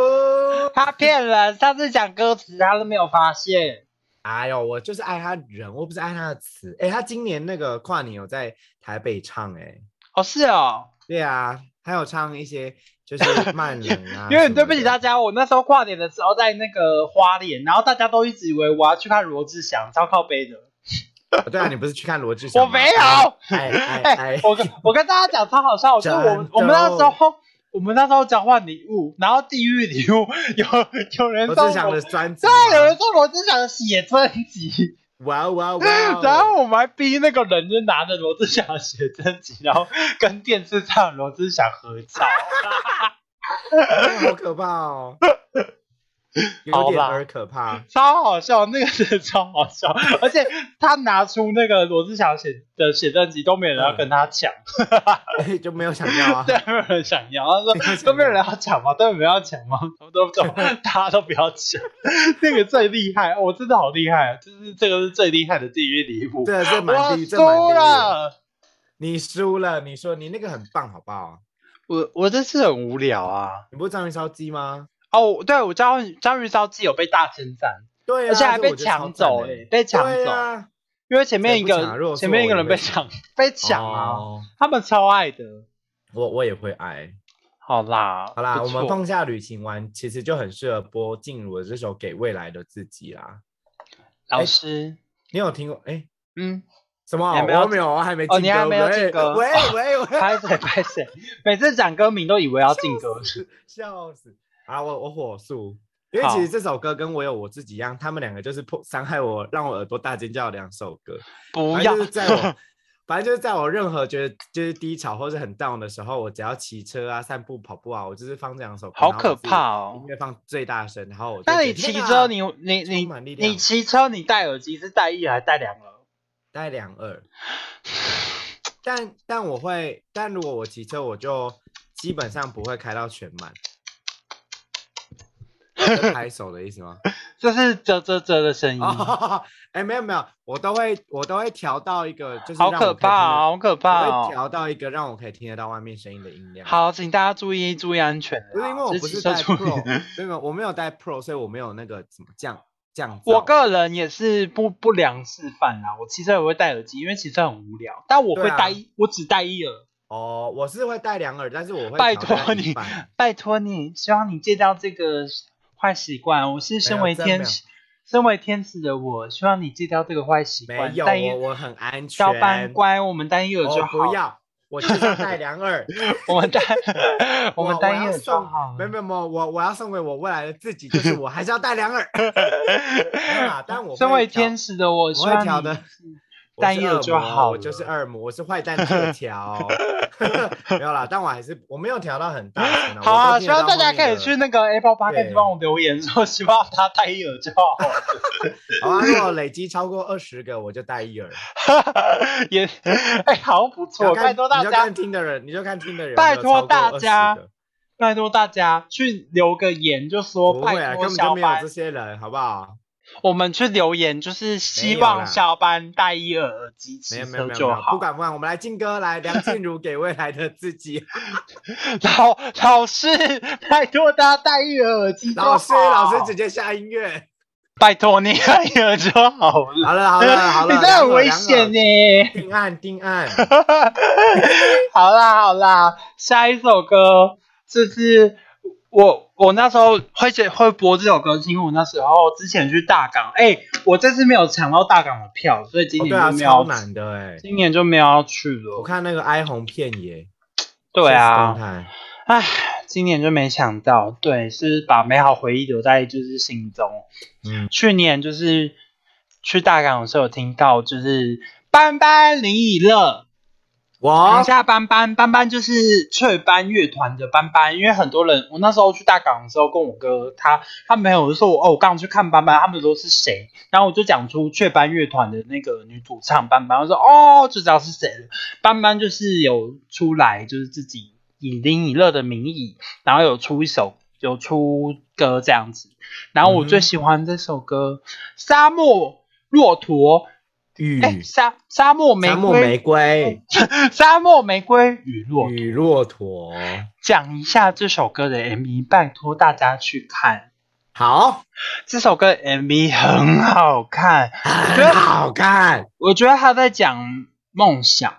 Speaker 1: 他骗人。上次讲歌词，他都没有发现。
Speaker 2: 哎呦，我就是爱她人，我不是爱她的词。哎，她今年那个跨年有在台北唱哎、
Speaker 1: 哦，是哦，
Speaker 2: 对啊，还有唱一些就 是慢冷啊，
Speaker 1: 有点对不起大。家。我那时候跨年的时候在那个花莲，然后大家都一直以为我要去看罗志祥，超靠背的。
Speaker 2: 对啊，你不是去看罗志祥吗？
Speaker 1: 我没有。
Speaker 2: 哎哎
Speaker 1: 哎、
Speaker 2: 哎，
Speaker 1: 我跟我跟大家讲超好笑，就是我们我们
Speaker 2: 真的哦
Speaker 1: 那时候我们那时候交换礼物，然后地狱礼物有有人
Speaker 2: 罗
Speaker 1: 送
Speaker 2: 志祥
Speaker 1: 我
Speaker 2: 的，专辑吗，
Speaker 1: 对，有人送罗志祥的写真集。
Speaker 2: 哇哇哇！
Speaker 1: 然后我们还逼那个人就拿着罗志祥的写真集，然后跟电视上的罗志祥合照。
Speaker 2: 哎好可怕 哦，有
Speaker 1: 好
Speaker 2: 点
Speaker 1: 吧
Speaker 2: 儿可怕。
Speaker 1: 超好笑，那个真的超好笑，而且他拿出那个罗志祥写的写真集，都没有
Speaker 2: 嗯
Speaker 1: 人要跟他抢，
Speaker 2: 就没有想到啊
Speaker 1: 对，，没有人想要。他说啊
Speaker 2: 没有想要
Speaker 1: 都没有人要抢吗？都没有人要抢 吗？什么都不懂，大家都不要抢。 那个最厉害，我、真的好厉害，就是这个是最厉害的地狱礼物。
Speaker 2: 这这
Speaker 1: 我
Speaker 2: 蛮低，这蛮
Speaker 1: 输
Speaker 2: 低的。
Speaker 1: 了，
Speaker 2: 你输了，你说你那个很棒，好不好？
Speaker 1: 我我这次很无聊啊。
Speaker 2: 你不是章鱼烧鸡吗？
Speaker 1: 哦，对，我章鱼章鱼烧鸡有被大称赞。
Speaker 2: 对啊，
Speaker 1: 而且还
Speaker 2: 这
Speaker 1: 被
Speaker 2: 我觉得超
Speaker 1: 抢
Speaker 2: 赞
Speaker 1: 走、
Speaker 2: 欸
Speaker 1: 欸，被抢
Speaker 2: 对
Speaker 1: 走，
Speaker 2: 啊
Speaker 1: 因为前面一
Speaker 2: 谁不抢啊如
Speaker 1: 个
Speaker 2: 果
Speaker 1: 前
Speaker 2: 是
Speaker 1: 面
Speaker 2: 我
Speaker 1: 一个
Speaker 2: 也
Speaker 1: 人
Speaker 2: 会
Speaker 1: 被抢， 被抢啊，
Speaker 2: 哦
Speaker 1: 他们超爱的。
Speaker 2: 我我也会爱。
Speaker 1: 好啦，
Speaker 2: 好啦，
Speaker 1: 不
Speaker 2: 我们
Speaker 1: 错
Speaker 2: 放下旅行完，其实就很适合播静茹的这首《给未来的自己》啦。
Speaker 1: 老师，
Speaker 2: 你有听过？哎，
Speaker 1: 嗯，
Speaker 2: 什么？
Speaker 1: 你还没有
Speaker 2: 我没有，我还没进歌。
Speaker 1: 哦你还没有进歌哦
Speaker 2: 喂喂喂，
Speaker 1: 拍谁拍谁，每次讲歌名都以为要进歌，
Speaker 2: 笑死！啊，我我火速，因为
Speaker 1: 好
Speaker 2: 其实这首歌跟我有我自己一样，他们两个就是破伤害我，让我耳朵大尖叫的两首歌。
Speaker 1: 不
Speaker 2: 反
Speaker 1: 要
Speaker 2: 正就是在我反正就是在我任何觉得就是低潮或是很 down 的时候，我只要骑车啊、散步、跑步啊，我就是放这两首歌，
Speaker 1: 好
Speaker 2: 然后
Speaker 1: 可
Speaker 2: 我自己
Speaker 1: 怕哦
Speaker 2: 音乐放最大声，然后我就
Speaker 1: 那你
Speaker 2: 觉
Speaker 1: 骑
Speaker 2: 得
Speaker 1: 车，
Speaker 2: 天
Speaker 1: 你
Speaker 2: 哪
Speaker 1: 你
Speaker 2: 啊充满
Speaker 1: 你
Speaker 2: 力量
Speaker 1: 你骑车，你戴耳机是戴一耳还是戴两耳？
Speaker 2: 戴两耳，但但我会，但如果我骑车，我就基本上不会开到全满。是拍手的意思吗？
Speaker 1: 这是啧啧啧的声音，嗯
Speaker 2: 哦， 哎，没有没有，我都会我都会调到一个，就是
Speaker 1: 好
Speaker 2: 让
Speaker 1: 可
Speaker 2: 我可以
Speaker 1: 怕
Speaker 2: 听得
Speaker 1: 哦，好可怕
Speaker 2: 我
Speaker 1: 哦！
Speaker 2: 会调到一个让我可以听得到外面声音的音量。，
Speaker 1: 好，请大家注意注意安全啦。
Speaker 2: 不是因为我
Speaker 1: 这
Speaker 2: 不
Speaker 1: 骑
Speaker 2: 是
Speaker 1: 车
Speaker 2: 带
Speaker 1: 注意
Speaker 2: Pro，没有我没有带 Pro，所以我没有那个怎么降降噪。
Speaker 1: 我个人也是不不良示范啦。我骑车也会戴耳机，因为骑车很无聊。但我会
Speaker 2: 对啊
Speaker 1: 戴一，我只戴一耳。
Speaker 2: 哦，我是会带两耳，但是我会
Speaker 1: 拜
Speaker 2: 调到
Speaker 1: 托
Speaker 2: 一
Speaker 1: 你
Speaker 2: 半，
Speaker 1: 拜托你，希望你戒掉这个坏习惯。我是身为
Speaker 2: 没有真
Speaker 1: 天
Speaker 2: 没有
Speaker 1: 使，身为天使的我，希望你戒掉这个坏习
Speaker 2: 没
Speaker 1: 惯。
Speaker 2: 有
Speaker 1: 戴一
Speaker 2: 我我很安全。
Speaker 1: 交班乖，我们戴一耳就好。
Speaker 2: 我哦不要，我就是要带两耳。
Speaker 1: 我们戴
Speaker 2: 我
Speaker 1: 我们戴一
Speaker 2: 要
Speaker 1: 耳就
Speaker 2: 送
Speaker 1: 好，
Speaker 2: 没有没有没有，我我要送给我未来的自己，就是我还是要带 两耳。没有啦但我
Speaker 1: 身
Speaker 2: 会
Speaker 1: 为
Speaker 2: 调
Speaker 1: 天使的我，
Speaker 2: 我
Speaker 1: 希
Speaker 2: 会
Speaker 1: 望
Speaker 2: 调
Speaker 1: 你
Speaker 2: 的我
Speaker 1: 单
Speaker 2: 是
Speaker 1: 一
Speaker 2: 恶
Speaker 1: 耳就
Speaker 2: 魔
Speaker 1: 好
Speaker 2: 我就是
Speaker 1: 了
Speaker 2: 二魔，我是坏蛋特调。 没有啦，但我还是我没有调到很 大声啊。
Speaker 1: 好
Speaker 2: 我
Speaker 1: 啊，
Speaker 2: 都
Speaker 1: 希
Speaker 2: 听得
Speaker 1: 望
Speaker 2: 到
Speaker 1: 大家
Speaker 2: 后面
Speaker 1: 可以
Speaker 2: 的
Speaker 1: 去那个 Apple Podcast
Speaker 2: 对
Speaker 1: 帮我留言说，希望他戴一耳就好，
Speaker 2: 好啊，如果累积超过二十个，我就 戴一耳。
Speaker 1: 也哎，好像不错，
Speaker 2: 你就看
Speaker 1: 拜托大
Speaker 2: 你就看
Speaker 1: 家，
Speaker 2: 听的人，你就看听的人有没
Speaker 1: 拜
Speaker 2: 有超过20
Speaker 1: 托
Speaker 2: 个。
Speaker 1: 大家拜托大家去留个言，就说
Speaker 2: 不会啊，
Speaker 1: 拜托
Speaker 2: 根本就
Speaker 1: 小
Speaker 2: 没有
Speaker 1: 班
Speaker 2: 这，些人，好不好？
Speaker 1: 我们去留言就是希
Speaker 2: 没有啦
Speaker 1: 望小班戴一耳耳机
Speaker 2: 没
Speaker 1: 骑
Speaker 2: 有没有
Speaker 1: 车
Speaker 2: 没有
Speaker 1: 就
Speaker 2: 没有，不
Speaker 1: 好，
Speaker 2: 管不管，我们来劲歌，来梁静茹给未来的 自己。
Speaker 1: 老老师，拜托大家戴一耳耳机就好，
Speaker 2: 老师，老师直接下 音乐。
Speaker 1: 拜托你戴一耳就好了，
Speaker 2: 好了好了好 了，
Speaker 1: 你这
Speaker 2: 两
Speaker 1: 很
Speaker 2: 耳
Speaker 1: 危险。欸
Speaker 2: 两耳
Speaker 1: 呢。
Speaker 2: 定案定 案，
Speaker 1: 好啦好啦，下一首歌就是我我那时候会写会播这首歌，是因为我那时候之前去大港，哎、我这次没有抢到大港的票，所以今
Speaker 2: 哦
Speaker 1: 年
Speaker 2: 对
Speaker 1: 就
Speaker 2: 啊，
Speaker 1: 没有、
Speaker 2: 超难的哎。
Speaker 1: 今年就没有要去了。
Speaker 2: 我看那个哀鸿遍野。
Speaker 1: 对
Speaker 2: 现实动
Speaker 1: 啊，
Speaker 2: 态
Speaker 1: 唉，今年就没抢到，对，是把美好回忆留在就是心中。
Speaker 2: 嗯，
Speaker 1: 去年就是去大港的时候有听到，就是班班林以乐。
Speaker 2: 我
Speaker 1: 讲一下班班，班班就是雀斑乐团的班班，因为很多人，我那时候去大港的时候，跟我哥他他没有，我就说我哦，我刚刚去看班班，他们都是谁，然后我就讲出雀斑乐团的那个女主唱班班，我说哦，就知道是谁了。班班就是有出来，就是自己以林以乐的名义，然后有出一首，有出歌这样子。然后我最
Speaker 2: 嗯哼
Speaker 1: 喜欢这首歌《沙漠骆驼》，
Speaker 2: 雨
Speaker 1: 哎，沙沙漠玫
Speaker 2: 沙漠
Speaker 1: 瑰
Speaker 2: 玫。瑰
Speaker 1: 沙漠玫瑰与骆驼。
Speaker 2: 与骆驼。
Speaker 1: 讲一下这首歌的 MV，拜托大家去看。
Speaker 2: 好，
Speaker 1: 这首歌 MV 很好看，觉得
Speaker 2: 很好看。
Speaker 1: 我觉得他在讲梦想，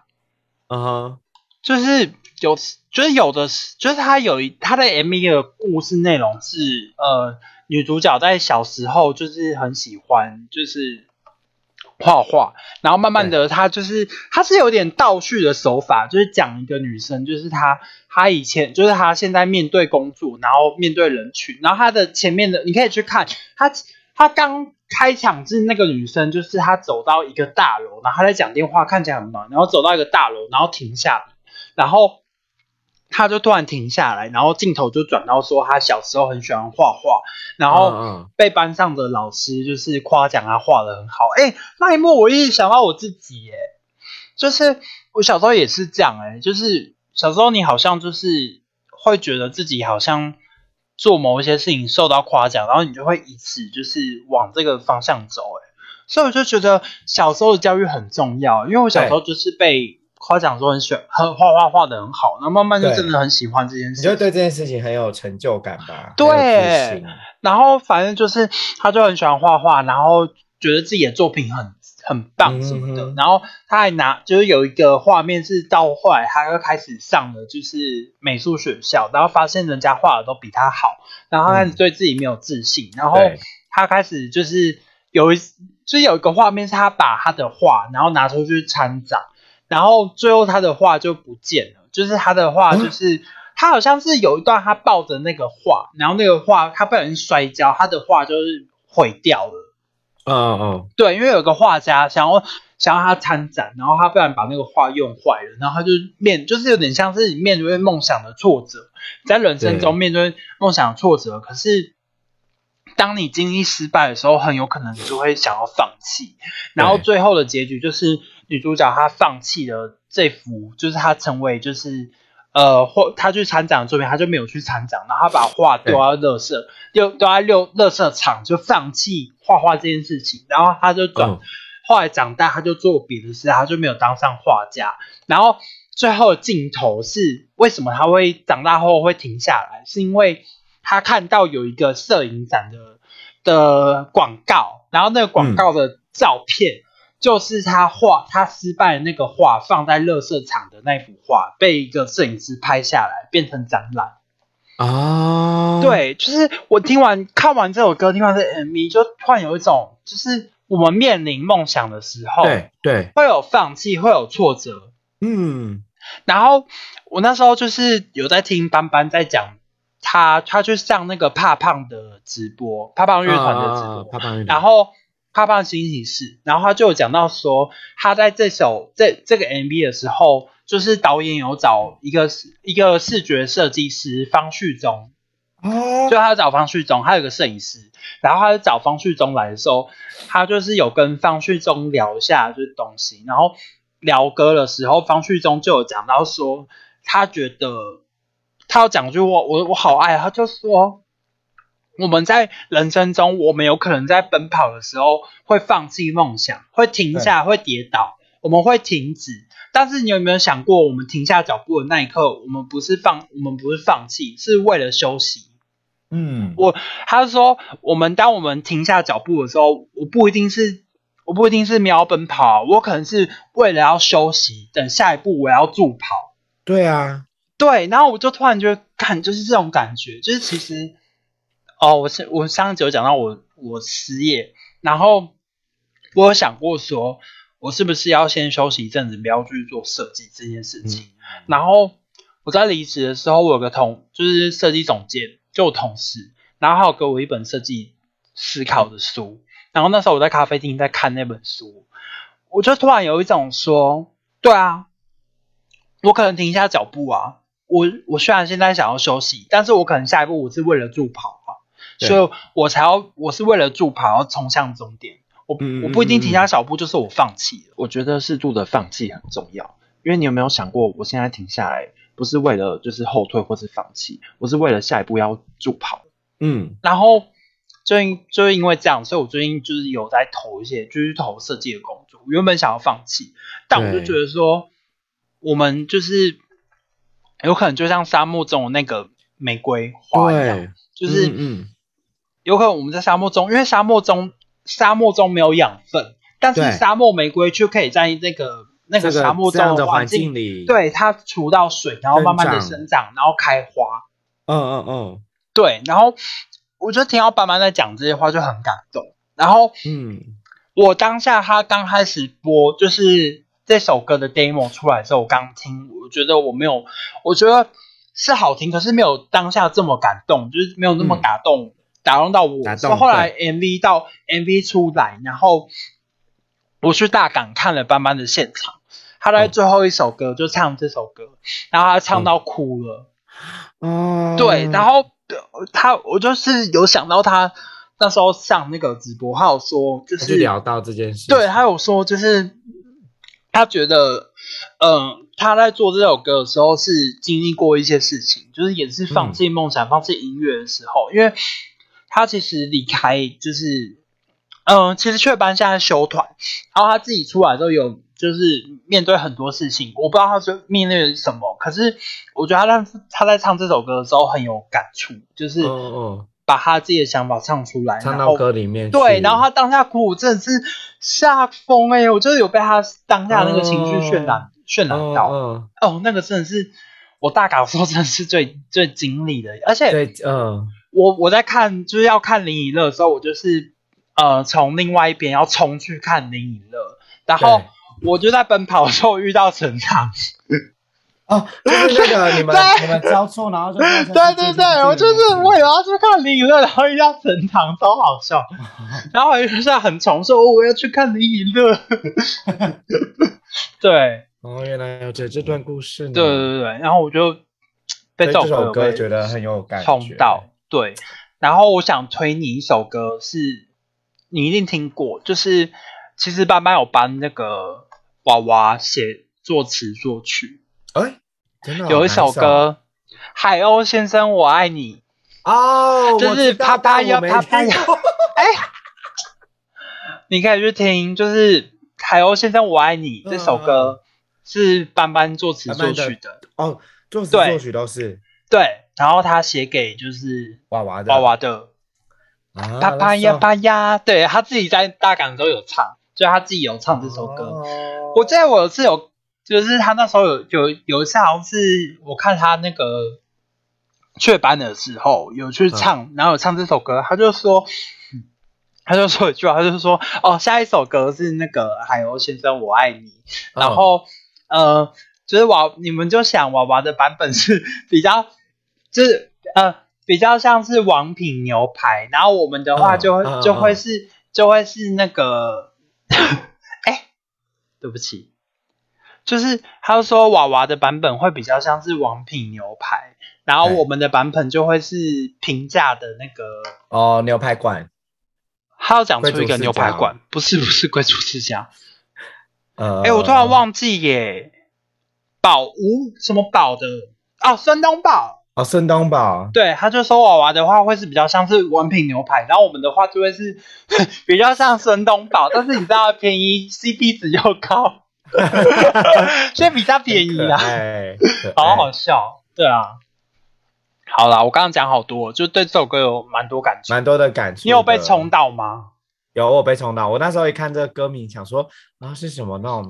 Speaker 2: 嗯哼，
Speaker 1: 就是有，就是有的，就是他有一他的 MV 的故事内容是，呃，女主角在小时候就是很喜欢，就是画画，然后慢慢的她就是她是有点倒叙的手法，就是讲一个女生，就是她她以前就是她现在面对工作，然后面对人群，然后她的前面的你可以去看她她刚。开场是那个女生，就是她走到一个大楼，然后她在讲电话，看起来很忙，然后走到一个大楼，然后停下来，然后她就突然停下来，然后镜头就转到说她小时候很喜欢画画，然后
Speaker 2: 嗯
Speaker 1: 被班上的老师就是夸奖他画的很好。哎、那一幕我一直想到我自己，哎，就是我小时候也是这样，哎，就是小时候你好像就是会觉得自己好像做某一些事情受到夸奖，然后你就会以此就是往这个方向走，哎，所以我就觉得小时候的教育很重要，因为我小时候就是被。夸奖说很喜欢，很画画画的很好，然后慢慢就
Speaker 2: 对
Speaker 1: 真的很喜欢这件
Speaker 2: 你
Speaker 1: 事
Speaker 2: 就
Speaker 1: 情。
Speaker 2: 对这件事情很有成就感吧？
Speaker 1: 对
Speaker 2: 很有自信
Speaker 1: 然后反正就是他就很喜欢画画，然后觉得自己的作品很很棒什么的。
Speaker 2: 嗯哼
Speaker 1: 然后他还拿就是有一个画面是到后来他又开始上了就是美术学校，然后发现人家画的都比他好，然后他开始
Speaker 2: 嗯
Speaker 1: 对自己没有自信，然后
Speaker 2: 对
Speaker 1: 他开始就是有一就是有一个画面是他把他的画然后拿出去参展，然后最后他的画就不见了，就是他的画就是、他好像是有一段他抱着那个画，然后那个画他不小心摔跤，他的画就是毁掉了。
Speaker 2: 嗯嗯，
Speaker 1: 对，因为有个画家想要想要他参展，然后他不然把那个画用坏了，然后他就面就是有点像是面对梦想的挫折，在人生中
Speaker 2: 对
Speaker 1: 面对梦想的挫折，可是。当你经历失败的时候，很有可能你就会想要放弃，然后
Speaker 2: 对
Speaker 1: 最后的结局就是女主角她放弃了这幅，就是她成为就是呃，或她去参展的作品，她就没有去参展，然后她把画丢到垃圾，丢丢到六垃圾场，就放弃画画这件事情，然后她就转，
Speaker 2: 嗯
Speaker 1: 后来长大她就做别的事，她就没有当上画家，然后最后的镜头是为什么她会长大后会停下来，是因为她看到有一个摄影展的的广告，然后那个广告的照片。就是他画他失败的那个画放在垃圾场的那幅画，被一个摄影师拍下来，变成展览。
Speaker 2: 啊，，
Speaker 1: 对，就是我听完看完这首歌，听完这 MV，就突然有一种，就是我们面临梦想的时候，
Speaker 2: 对对，
Speaker 1: 会有放弃，会有挫折。
Speaker 2: 嗯，
Speaker 1: 然后我那时候就是有在听班班在讲他，他去上那个怕胖的直播，怕胖乐团的直播，
Speaker 2: 啊胖胖
Speaker 1: 嗯
Speaker 2: 乐团
Speaker 1: 然后怕胖新喜事，然后他就有讲到说，他在这首这这个 MV 的时候，就是导演有找一个一个视觉设计师方旭中，
Speaker 2: 哦
Speaker 1: 就他找方旭中，他有个摄影师，然后他就找方旭中来的时候，他就是有跟方旭中聊一下就是东西，然后聊歌的时候，方旭中就有讲到说，他觉得他有讲句我我我好爱啊，他就说。我们在人生中，我们有可能在奔跑的时候会放弃梦想，会停下，会跌倒，我们会停止。但是你有没有想过，我们停下脚步的那一刻，我们不是放，我们不是放弃，是为了休息。
Speaker 2: 嗯，
Speaker 1: 我他说，我们当我们停下脚步的时候，我不一定是我不一定是瞄奔跑，啊我可能是为了要休息，等下一步我要助跑。
Speaker 2: 对啊，
Speaker 1: 对，然后我就突然觉得，看就是这种感觉，就是其实，哦，我是我上一集有讲到我我失业，然后我有想过说，我是不是要先休息一阵子，不要去做设计这件事情。然后我在离职的时候，我有个同就是设计总监，就我同事，然后他有给我一本设计思考的书，然后那时候我在咖啡厅在看那本书，我就突然有一种说，对啊，我可能停下脚步啊，我我虽然现在想要休息，但是我可能下一步我是为了助跑啊，
Speaker 2: 对
Speaker 1: 所以我才要我是为了助跑要冲向终点。我
Speaker 2: 嗯嗯
Speaker 1: 我不一定
Speaker 2: 嗯嗯
Speaker 1: 停下脚步，就是我放弃了。我觉得适度的放弃很重要，因为你有没有想过，我现在停下来不是为了就是后退或是放弃，我是为了下一步要助跑。
Speaker 2: 嗯，
Speaker 1: 然后最近就是因为这样，所以我最近就是有在投一些，就是投设计的工作。我原本想要放弃，但我就
Speaker 2: 对
Speaker 1: 觉得说，我们就是有可能就像沙漠中的那个玫瑰花一样，
Speaker 2: 对，
Speaker 1: 就是
Speaker 2: 嗯
Speaker 1: 有可能我们在沙漠中，因为沙漠中沙漠中没有养分，但是
Speaker 2: 对
Speaker 1: 沙漠玫瑰却可以在那个那
Speaker 2: 那
Speaker 1: 个沙漠
Speaker 2: 这样
Speaker 1: 中
Speaker 2: 的
Speaker 1: 环
Speaker 2: 环境里，，
Speaker 1: 对它除到水，然后慢慢的生
Speaker 2: 生
Speaker 1: 长，然后开花。
Speaker 2: 嗯嗯嗯
Speaker 1: 对，然后我就听到爸妈在讲这些话就很感动。然后
Speaker 2: 嗯，
Speaker 1: 我当下他刚开始播，就是这首歌的 demo 出来的时候，我刚听，我觉得我没有，我觉得是好听，可是没有当下这么感动，就是没有那么
Speaker 2: 嗯
Speaker 1: 打动，打动到我。
Speaker 2: 打
Speaker 1: 是
Speaker 2: 动
Speaker 1: 后来 MV 到 MV 出来，然后我去大港看了班班的现场，他在
Speaker 2: 嗯
Speaker 1: 最后一首歌就唱这首歌，然后他唱到哭了。
Speaker 2: 哦，
Speaker 1: 对，然后呃他我就是有想到他那时候上那个直播，他有说就
Speaker 2: 他就是聊到这件事，
Speaker 1: 对，他有说就是他觉得，嗯、他在做这首歌的时候是经历过一些事情，就是也是
Speaker 2: 嗯
Speaker 1: 放弃梦想、放弃音乐的时候，因为他其实离开就是，嗯、其实雀斑现在休团，然后他自己出来之后有。就是面对很多事情，我不知道他是面对什么，可是我觉得他在他在唱这首歌的时候很有感触，就是
Speaker 2: 嗯嗯，
Speaker 1: 把他自己的想法唱出来，
Speaker 2: 唱
Speaker 1: 然后
Speaker 2: 到歌里面去，哦
Speaker 1: 对，然后他当下哭，我真的是吓疯哎！我就是有被他当下那个情绪渲染、渲染到哦
Speaker 2: 嗯
Speaker 1: 那个真的是我大港说真的是最 最经历的，而
Speaker 2: 嗯，
Speaker 1: 且
Speaker 2: 对，嗯
Speaker 1: 我我在看就是要看林以乐的时候，我就是呃从另外一边要冲去看林以乐，然后
Speaker 2: 对
Speaker 1: 我就在奔跑的时候遇到陈长，
Speaker 2: 哦，就是那个你们你们交错，然后 就看一下
Speaker 1: 对对
Speaker 2: 是最
Speaker 1: 对，我就
Speaker 2: 近
Speaker 1: 是
Speaker 2: 的
Speaker 1: 为了要去看林以乐，然后一定要整场超好 笑，然后还是很崇说哦我要去看林以乐， 对
Speaker 2: 哦，原来有这这段故事呢。
Speaker 1: 对对对对，然后我就被
Speaker 2: 对，
Speaker 1: 这
Speaker 2: 这
Speaker 1: 首
Speaker 2: 首歌
Speaker 1: 被
Speaker 2: 觉得很有感
Speaker 1: 冲
Speaker 2: 觉。
Speaker 1: 到，对。然后我想推你一首歌是，你一定听过，就是其实班班有帮那个娃娃写作词作曲，
Speaker 2: 哎，真的哦
Speaker 1: 有一
Speaker 2: 哪
Speaker 1: 首歌《海鸥先生我爱你》。
Speaker 2: 哦，
Speaker 1: 就
Speaker 2: 我
Speaker 1: 是
Speaker 2: 知道
Speaker 1: 啪啪
Speaker 2: 但我
Speaker 1: 呀
Speaker 2: 没
Speaker 1: 啪啪
Speaker 2: 听
Speaker 1: 呀
Speaker 2: 过
Speaker 1: 你可以去听，就是《海鸥先生我爱你》
Speaker 2: 嗯
Speaker 1: 这首歌是班班作词作曲的，
Speaker 2: 哦， 作词
Speaker 1: 对
Speaker 2: 作曲都是
Speaker 1: 对，然后他写给就是
Speaker 2: 娃娃的
Speaker 1: 娃娃的
Speaker 2: 啊
Speaker 1: 啪啪呀，
Speaker 2: 那
Speaker 1: 啪呀，对他自己在大港都有唱，就他自己有唱这
Speaker 2: 时候
Speaker 1: 首歌。
Speaker 2: 哦
Speaker 1: 我记得我是有，就是他那时候有有有一次好像是我看他那个雀斑的时候有去唱，
Speaker 2: 嗯
Speaker 1: 然后有唱这首歌，他就说。他就说一句话，他就说：“哦，下一首歌是那个海鸥先生我爱你。”然
Speaker 2: 嗯
Speaker 1: 后、呃，就是娃，你们就想娃娃的版本是 比较，就是呃比较像是王品牛排，然后我们的话
Speaker 2: 嗯
Speaker 1: 就会、
Speaker 2: 嗯
Speaker 1: 就会
Speaker 2: 嗯
Speaker 1: 是就会是那个， 哎，对不起，就是他说娃娃的版本会比较像是王品牛排，然后
Speaker 2: 对
Speaker 1: 我们的版本就会是平价的那个。
Speaker 2: 哦，牛排馆，
Speaker 1: 他要讲出一
Speaker 2: 贵族
Speaker 1: 个
Speaker 2: 世
Speaker 1: 牛排
Speaker 2: 家哦
Speaker 1: 馆，不是不是贵族世家，
Speaker 2: 呃，
Speaker 1: 哎、我突然忘记耶，宝吴什么宝的哦，孙东宝，
Speaker 2: 哦，孙 东宝，
Speaker 1: 对，他就说娃娃的话会是比较像是文品牛排，然后我们的话就会是 比较像孙东宝，但是你知道便宜 CP 值又高， 所以比较便宜 啦，
Speaker 2: 哎，可
Speaker 1: 啊好
Speaker 2: 爱
Speaker 1: 好笑，对啊。好啦，我刚刚讲好多，就对这首歌有蛮多感触。
Speaker 2: 蛮多的感触。
Speaker 1: 你有被冲？到吗？
Speaker 2: 有，我有被冲到。我那时候一看这个歌名，想说啊是什么那种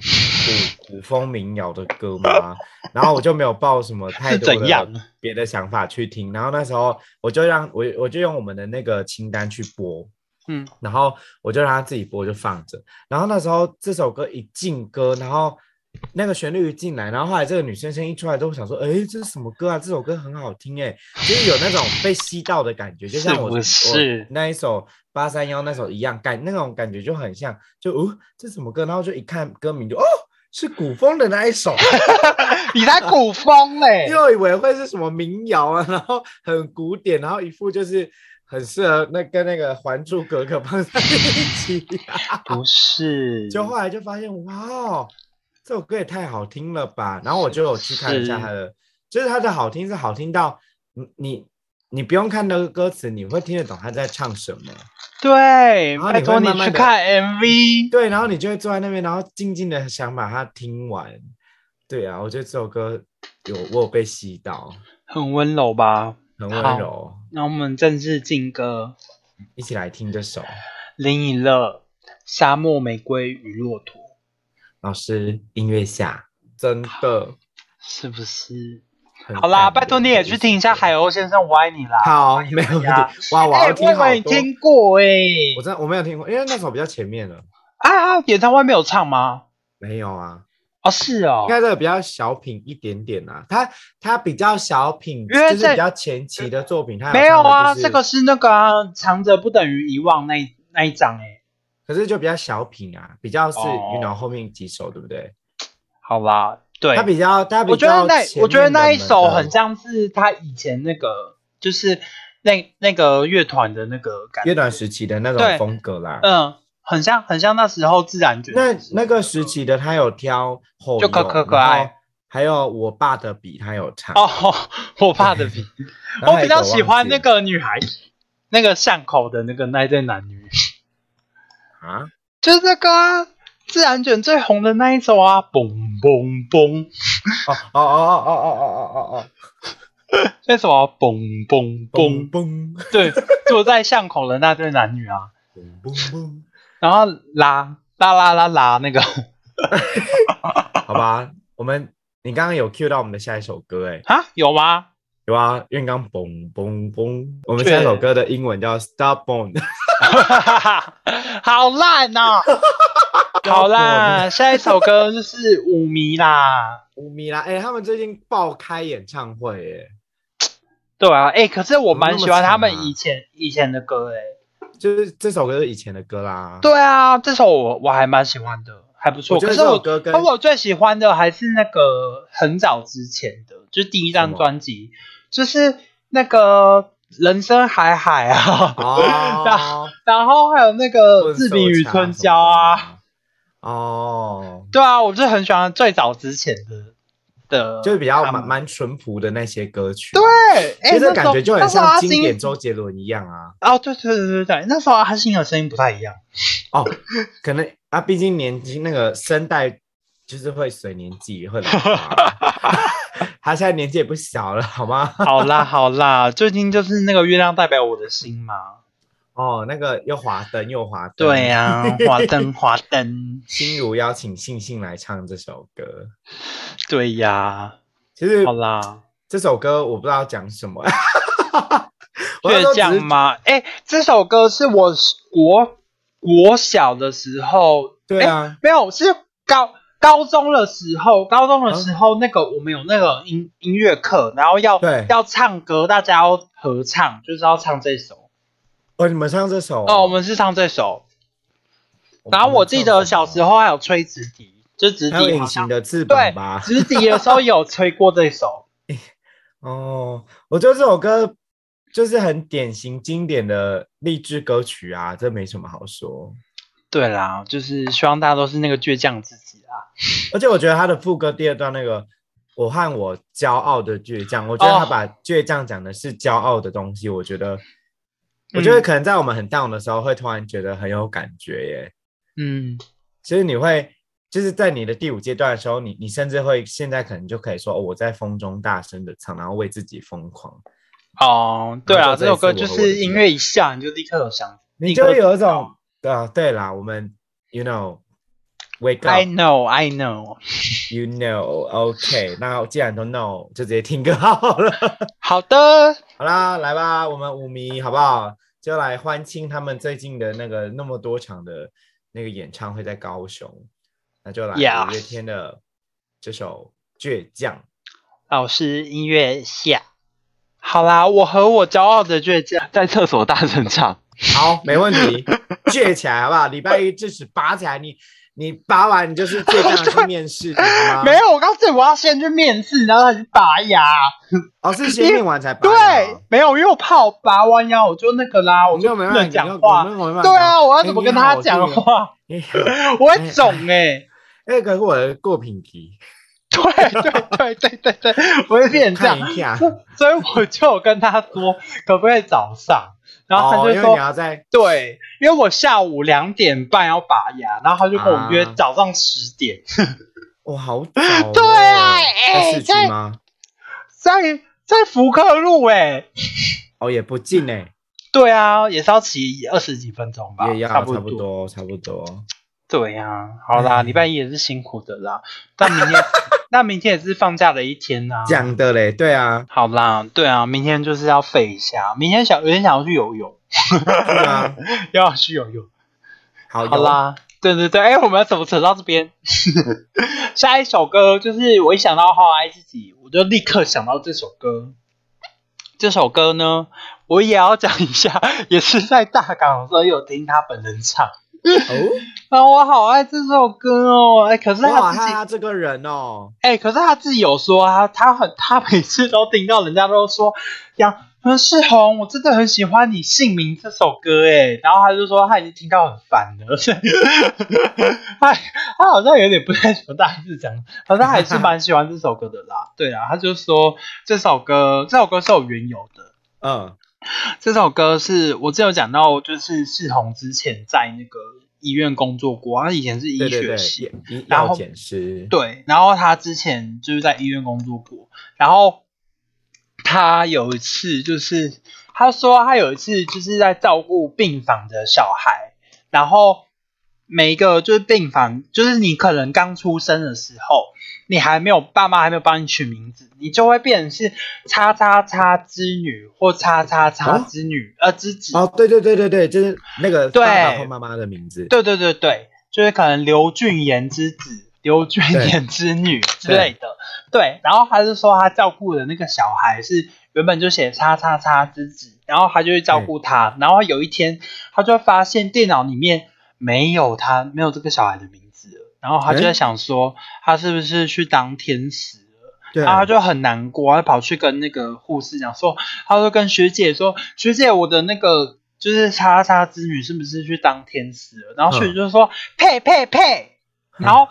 Speaker 2: 古 古风民谣的歌吗？然后我就没有抱什么太
Speaker 1: 是
Speaker 2: 多
Speaker 1: 怎样啊
Speaker 2: 的？别的想法去听。然后那时候我就让我我就用我们的那个清单去播，
Speaker 1: 嗯，
Speaker 2: 然后我就让它自己播，就放着。然后那时候这首歌一进歌，然后那个旋律一进来，然后后来这个女生声音一出来之后，我想说，哎，这是什么歌啊？这首歌很好听哎，就是有那种被吸到的感觉，就像我
Speaker 1: 是不是
Speaker 2: 我那一首八三幺那首一样，感那种感觉就很像，就哦，这什么歌？然后就一看歌名就哦。是古风的那一首，
Speaker 1: 你在古风欸嘞、
Speaker 2: 又以为会是什么民谣啊，然后很古典，然后一副就是很适合那跟那个《还珠格格》放在一起。
Speaker 1: 不是，
Speaker 2: 就后来就发现，哇哦，这首歌也太好听了吧！然后我就有去看一下它的，就是它的好听是好听到你你你不用看那个歌词，你会听得懂他在唱什么。
Speaker 1: 对，
Speaker 2: 然后
Speaker 1: 拜
Speaker 2: 啊你
Speaker 1: 托
Speaker 2: 会
Speaker 1: 你
Speaker 2: 慢慢
Speaker 1: 去
Speaker 2: 地
Speaker 1: 看 MV。
Speaker 2: 对，然后你就会坐在那边，然后静静的想把它听完。对啊，我觉得这首歌有我有被吸到，
Speaker 1: 很温柔吧？
Speaker 2: 很温
Speaker 1: 好
Speaker 2: 柔。
Speaker 1: 那我们正式进歌，
Speaker 2: 一起来听这首。
Speaker 1: 林以乐《沙漠玫瑰与骆驼》，
Speaker 2: 老师，音乐下真的
Speaker 1: 是不是？
Speaker 2: 很
Speaker 1: 好啦，
Speaker 2: 感
Speaker 1: 拜托你
Speaker 2: 人
Speaker 1: 也
Speaker 2: 的
Speaker 1: 去
Speaker 2: 首
Speaker 1: 听一下《
Speaker 2: 歌
Speaker 1: 海鸥先生我爱你》啦。
Speaker 2: 好，没有问题
Speaker 1: 呀。
Speaker 2: 哇，我
Speaker 1: 哎，
Speaker 2: 要听
Speaker 1: 我
Speaker 2: 好
Speaker 1: 没
Speaker 2: 多。
Speaker 1: 听过哎、
Speaker 2: 我真的我没有听过，因为那首比较前面了。
Speaker 1: 啊，演唱会没有唱吗？
Speaker 2: 没有啊，
Speaker 1: 哦，是哦
Speaker 2: 应，该这个比较小品一点点啊。它它比较小品，
Speaker 1: 因为
Speaker 2: 就是
Speaker 1: 这
Speaker 2: 比较前期的作品，它
Speaker 1: 没有
Speaker 2: 唱的
Speaker 1: 啊，
Speaker 2: 就是
Speaker 1: 这个是那个啊，强者不等于遗忘那一那一张哎、
Speaker 2: 可是就比较小品啊，比较是
Speaker 1: 哦
Speaker 2: you know 后面几首对不对？
Speaker 1: 好啦，对，
Speaker 2: 它比较它比
Speaker 1: 我觉得
Speaker 2: 较
Speaker 1: 那
Speaker 2: 前
Speaker 1: 我觉得
Speaker 2: 面
Speaker 1: 那一
Speaker 2: 冷门
Speaker 1: 首
Speaker 2: 的
Speaker 1: 很像是他以前那个，就是那那个乐团的那个感觉，
Speaker 2: 乐团时期的那
Speaker 1: 对
Speaker 2: 种风格啦。
Speaker 1: 嗯，很像很像那时候自然卷。
Speaker 2: 那那个时期的他有挑后
Speaker 1: 就可
Speaker 2: 友
Speaker 1: 可可
Speaker 2: 然后
Speaker 1: 爱
Speaker 2: 还有我爸的笔他有唱
Speaker 1: 哦，，我怕 的比，
Speaker 2: 然后
Speaker 1: 我
Speaker 2: 还
Speaker 1: 比
Speaker 2: 有一个
Speaker 1: 较喜欢
Speaker 2: 忘记
Speaker 1: 那个女孩，那个巷口的那个那一对男女，
Speaker 2: 啊，
Speaker 1: 就是那个啊、自然卷最红的那一首啊，嘣嘣嘣，
Speaker 2: 哦哦哦哦哦哦哦哦哦哦，
Speaker 1: 那什么嘣嘣
Speaker 2: 嘣
Speaker 1: 嘣，
Speaker 2: 嘣
Speaker 1: 对，坐在巷口的那对男女啊，
Speaker 2: 嘣嘣嘣，
Speaker 1: 然后拉拉拉拉拉那个。
Speaker 2: 好吧，我们你刚刚有 cue 到我们的下一首歌哎，
Speaker 1: 啊，有吗？
Speaker 2: 有啊，因为刚刚嘣嘣嘣，我们
Speaker 1: 对
Speaker 2: 下一首歌的英文叫 Stop Bone，
Speaker 1: 好烂呐、啊
Speaker 2: 标
Speaker 1: 好啦，
Speaker 2: 准
Speaker 1: 下一首歌就是舞迷啦。
Speaker 2: 五米啦，哎、他们最近爆开演唱会耶，
Speaker 1: 对啊，哎、可是我
Speaker 2: 怎么
Speaker 1: 蛮
Speaker 2: 那么
Speaker 1: 喜欢他
Speaker 2: 长啊
Speaker 1: 们以前、以前的歌、哎，
Speaker 2: 就是这首歌是以前的歌啦。，
Speaker 1: 对啊，这首我我还蛮喜欢的，还不错。
Speaker 2: 我觉
Speaker 1: 可
Speaker 2: 得
Speaker 1: 是
Speaker 2: 这首
Speaker 1: 我，
Speaker 2: 歌跟
Speaker 1: 可我最喜欢的还是那个很早之前的，就是第一
Speaker 2: 什
Speaker 1: 张
Speaker 2: 么
Speaker 1: 专辑，就是那个人生海海啊，
Speaker 2: 哦，
Speaker 1: 然后还有那个
Speaker 2: 混
Speaker 1: 自
Speaker 2: 手
Speaker 1: 比与
Speaker 2: 茶
Speaker 1: 春
Speaker 2: 什么
Speaker 1: 娇啊
Speaker 2: 的，。哦，
Speaker 1: 对啊，我就很喜欢最早之前的的，
Speaker 2: 就是比较
Speaker 1: 他们
Speaker 2: 蛮蛮淳朴的那些歌曲。
Speaker 1: 对，哎、
Speaker 2: 其
Speaker 1: 那
Speaker 2: 实
Speaker 1: 时
Speaker 2: 感
Speaker 1: 候
Speaker 2: 觉就很
Speaker 1: 那时候
Speaker 2: 像
Speaker 1: 阿
Speaker 2: 经典
Speaker 1: 星
Speaker 2: 周杰伦一样啊。
Speaker 1: 哦，对对对对对，那时候阿星的声音不太一样。
Speaker 2: 哦，可能啊，毕竟年纪那个声带就是会随年纪会老 化。他现在年纪也不小了，好吗？
Speaker 1: 好啦好啦，最近就是那个月亮代表我的心嘛。
Speaker 2: 哦，那个又华灯又华灯，
Speaker 1: 对呀、华灯华 灯，
Speaker 2: 心如邀请信信来唱这首歌。
Speaker 1: 对呀、
Speaker 2: 其实
Speaker 1: 好啦，
Speaker 2: 这首歌我不知道讲什 么，我那时候
Speaker 1: 倔
Speaker 2: 只
Speaker 1: 强
Speaker 2: 是
Speaker 1: 吗？哎、这首歌是我国国小的时候，
Speaker 2: 对啊，
Speaker 1: 没有是高。高中的时候，高中的时候，那个我们有那个音音乐课，然后要
Speaker 2: 对
Speaker 1: 要唱歌，大家要合唱，就是要唱这首。
Speaker 2: 哦，你们唱这首
Speaker 1: 哦，我们是唱这首。
Speaker 2: 我们
Speaker 1: 然后我记得小时
Speaker 2: 候
Speaker 1: 候还有吹直笛，就直
Speaker 2: 还有
Speaker 1: 笛好
Speaker 2: 隐形
Speaker 1: 像
Speaker 2: 的翅
Speaker 1: 对
Speaker 2: 膀吧，
Speaker 1: 直笛的时候有吹过这首。
Speaker 2: 哦，我觉得这首歌就是很典型经典的励志歌曲啊，这没什么好说。
Speaker 1: 对啦，就是希望大家都是那个倔强自己啦。
Speaker 2: 而且我觉得他的副歌第二段那个“我和我骄傲的倔强”，我觉得他
Speaker 1: 哦
Speaker 2: 把倔强讲的是骄傲的东西，我觉得，我觉得
Speaker 1: 嗯
Speaker 2: 可能在我们很 down 的时候，会突然觉得很有感觉耶。
Speaker 1: 嗯，
Speaker 2: 其实你会就是在你的第五阶段的时候，你你甚至会现在可能就可以说、哦我在风中大声的唱，然后为自己疯狂，
Speaker 1: 哦，对啊，
Speaker 2: 然后就
Speaker 1: 这首歌
Speaker 2: 这
Speaker 1: 就
Speaker 2: 一次我的我的
Speaker 1: 是音乐一下你就立刻有想，
Speaker 2: 你
Speaker 1: 立
Speaker 2: 就
Speaker 1: 刻
Speaker 2: 会有一种啊，对啦，我们 you know wake
Speaker 1: I
Speaker 2: up
Speaker 1: know I know。
Speaker 2: you know OK，那既然都 no，就直接听歌好了。
Speaker 1: 好的，
Speaker 2: 好啦，来吧，我们舞迷好不好？就来欢庆他们最近的那个那么多场的那个演唱会在高雄，那就来
Speaker 1: Yeah
Speaker 2: 五月天的这首《倔强》。
Speaker 1: 老师音乐下。好啦，我和我骄傲的倔强，
Speaker 3: 在厕所大声唱。
Speaker 2: 好，没问题，倔起来好不好？礼拜一至少拔起来，你你拔完你就是倔强的去面试，好吗？
Speaker 1: 没有，我告诉你，我要先去面试，然后再去拔牙。
Speaker 2: 哦，是先面完才拔
Speaker 1: 对
Speaker 2: 的哦。，
Speaker 1: 没有，因为我怕我拔弯腰，我就那个啦，我
Speaker 2: 你没
Speaker 1: 就
Speaker 2: 有
Speaker 1: 不
Speaker 2: 没
Speaker 1: 能
Speaker 2: 办法，
Speaker 1: 哦讲话。
Speaker 2: 你没有没办法。
Speaker 1: 对啊，我要怎么跟他
Speaker 2: 哎
Speaker 1: 讲
Speaker 2: 你好
Speaker 1: 话？
Speaker 2: 你好
Speaker 1: 我会肿哎、
Speaker 2: 那个是我的过品 题，
Speaker 1: 对对对对对对，我会变成这
Speaker 2: 看
Speaker 1: 样，
Speaker 2: 一下。
Speaker 1: 所以我就有跟他说可不可以早上， 然后他
Speaker 2: 哦
Speaker 1: 就
Speaker 2: 因为
Speaker 1: 说、
Speaker 2: 你要在
Speaker 1: 对，因为我下午两点半要拔牙，然后他就跟我约
Speaker 2: 啊
Speaker 1: 早上十点，
Speaker 2: 哇， 好早哦。
Speaker 1: 对啊
Speaker 2: 在
Speaker 1: 哎
Speaker 2: 市区
Speaker 1: 在
Speaker 2: 吗？
Speaker 1: 在在福克路哎、
Speaker 2: 哦，也不近哎，
Speaker 1: 对啊，也是要骑二十几分钟吧，
Speaker 2: 也要
Speaker 1: 差
Speaker 2: 差不
Speaker 1: 不。
Speaker 2: 多，差不多。
Speaker 1: 对呀、好啦，
Speaker 2: 嗯
Speaker 1: 礼拜一也是辛苦的啦，但明天 那明天也是放假的一天呐、
Speaker 2: 讲的嘞，对啊，
Speaker 1: 好啦，对啊，明天就是要废一下，明天想有点想要去游泳，
Speaker 2: 对 啊。
Speaker 1: 要去游泳。
Speaker 2: 好，
Speaker 1: 好
Speaker 2: 有，哦
Speaker 1: 啦，对对对，哎，我们要怎么扯到这 边？下一首歌就是我一想到好爱自己，我就立刻想到这首歌。这首歌呢，我也要讲一下， 也是在大港的时候有听他本人唱，
Speaker 2: 哦，
Speaker 1: 啊，我好爱这首歌哦，哎，可是
Speaker 2: 哇，
Speaker 1: 他自己
Speaker 2: 他这个人哦，
Speaker 1: 哎、可是他自己有说啊，他很他每次都听到人家都说杨杨世宏，我真的很喜欢你《姓名》这首歌哎，然后他就说他已经听到很烦了，他他好像有点不太懂大致讲，反正还是蛮喜欢这首歌的啦。对啊，他就说这首歌这首歌是有缘由的，
Speaker 2: 嗯，
Speaker 1: 这首歌是我之前有讲到，就是世宏之前在那个医院工作过，他以前是医
Speaker 2: 对对
Speaker 1: 学
Speaker 2: 对
Speaker 1: 系，，
Speaker 2: 医
Speaker 1: 然
Speaker 2: 药
Speaker 1: 后
Speaker 2: 检师，
Speaker 1: 对，然后他之前就是在医院工作过，然后他有一次就是他说他有一次就是在照顾病房的小孩，然后每一个就是病房，就是你可能刚出生的时候，你还没有爸妈还没有帮你取名字，你就会变成是叉叉叉之女或叉叉叉
Speaker 2: 啊
Speaker 1: 之女、呃之子
Speaker 2: 哦哦，对对对对对，就是那个
Speaker 1: 对
Speaker 2: 爸爸或妈妈的名字，
Speaker 1: 对对对对，就是可能刘俊言之子、刘俊言之女之类的，对。然后他是说他照顾的那个小孩是原本就写叉叉叉之子，然后他就去照顾他，然后有一天他就发现电脑里面没有他，没有这个小孩的名字了，然后他就在想说他是不是去当天使了？
Speaker 2: 对，
Speaker 1: 然后他就很难过，他跑去跟那个护士讲说，他说跟学姐说，学姐我的那个就是叉叉之女是不是去当天使了？然后
Speaker 2: 嗯
Speaker 1: 学姐就说、呸呸呸，然后、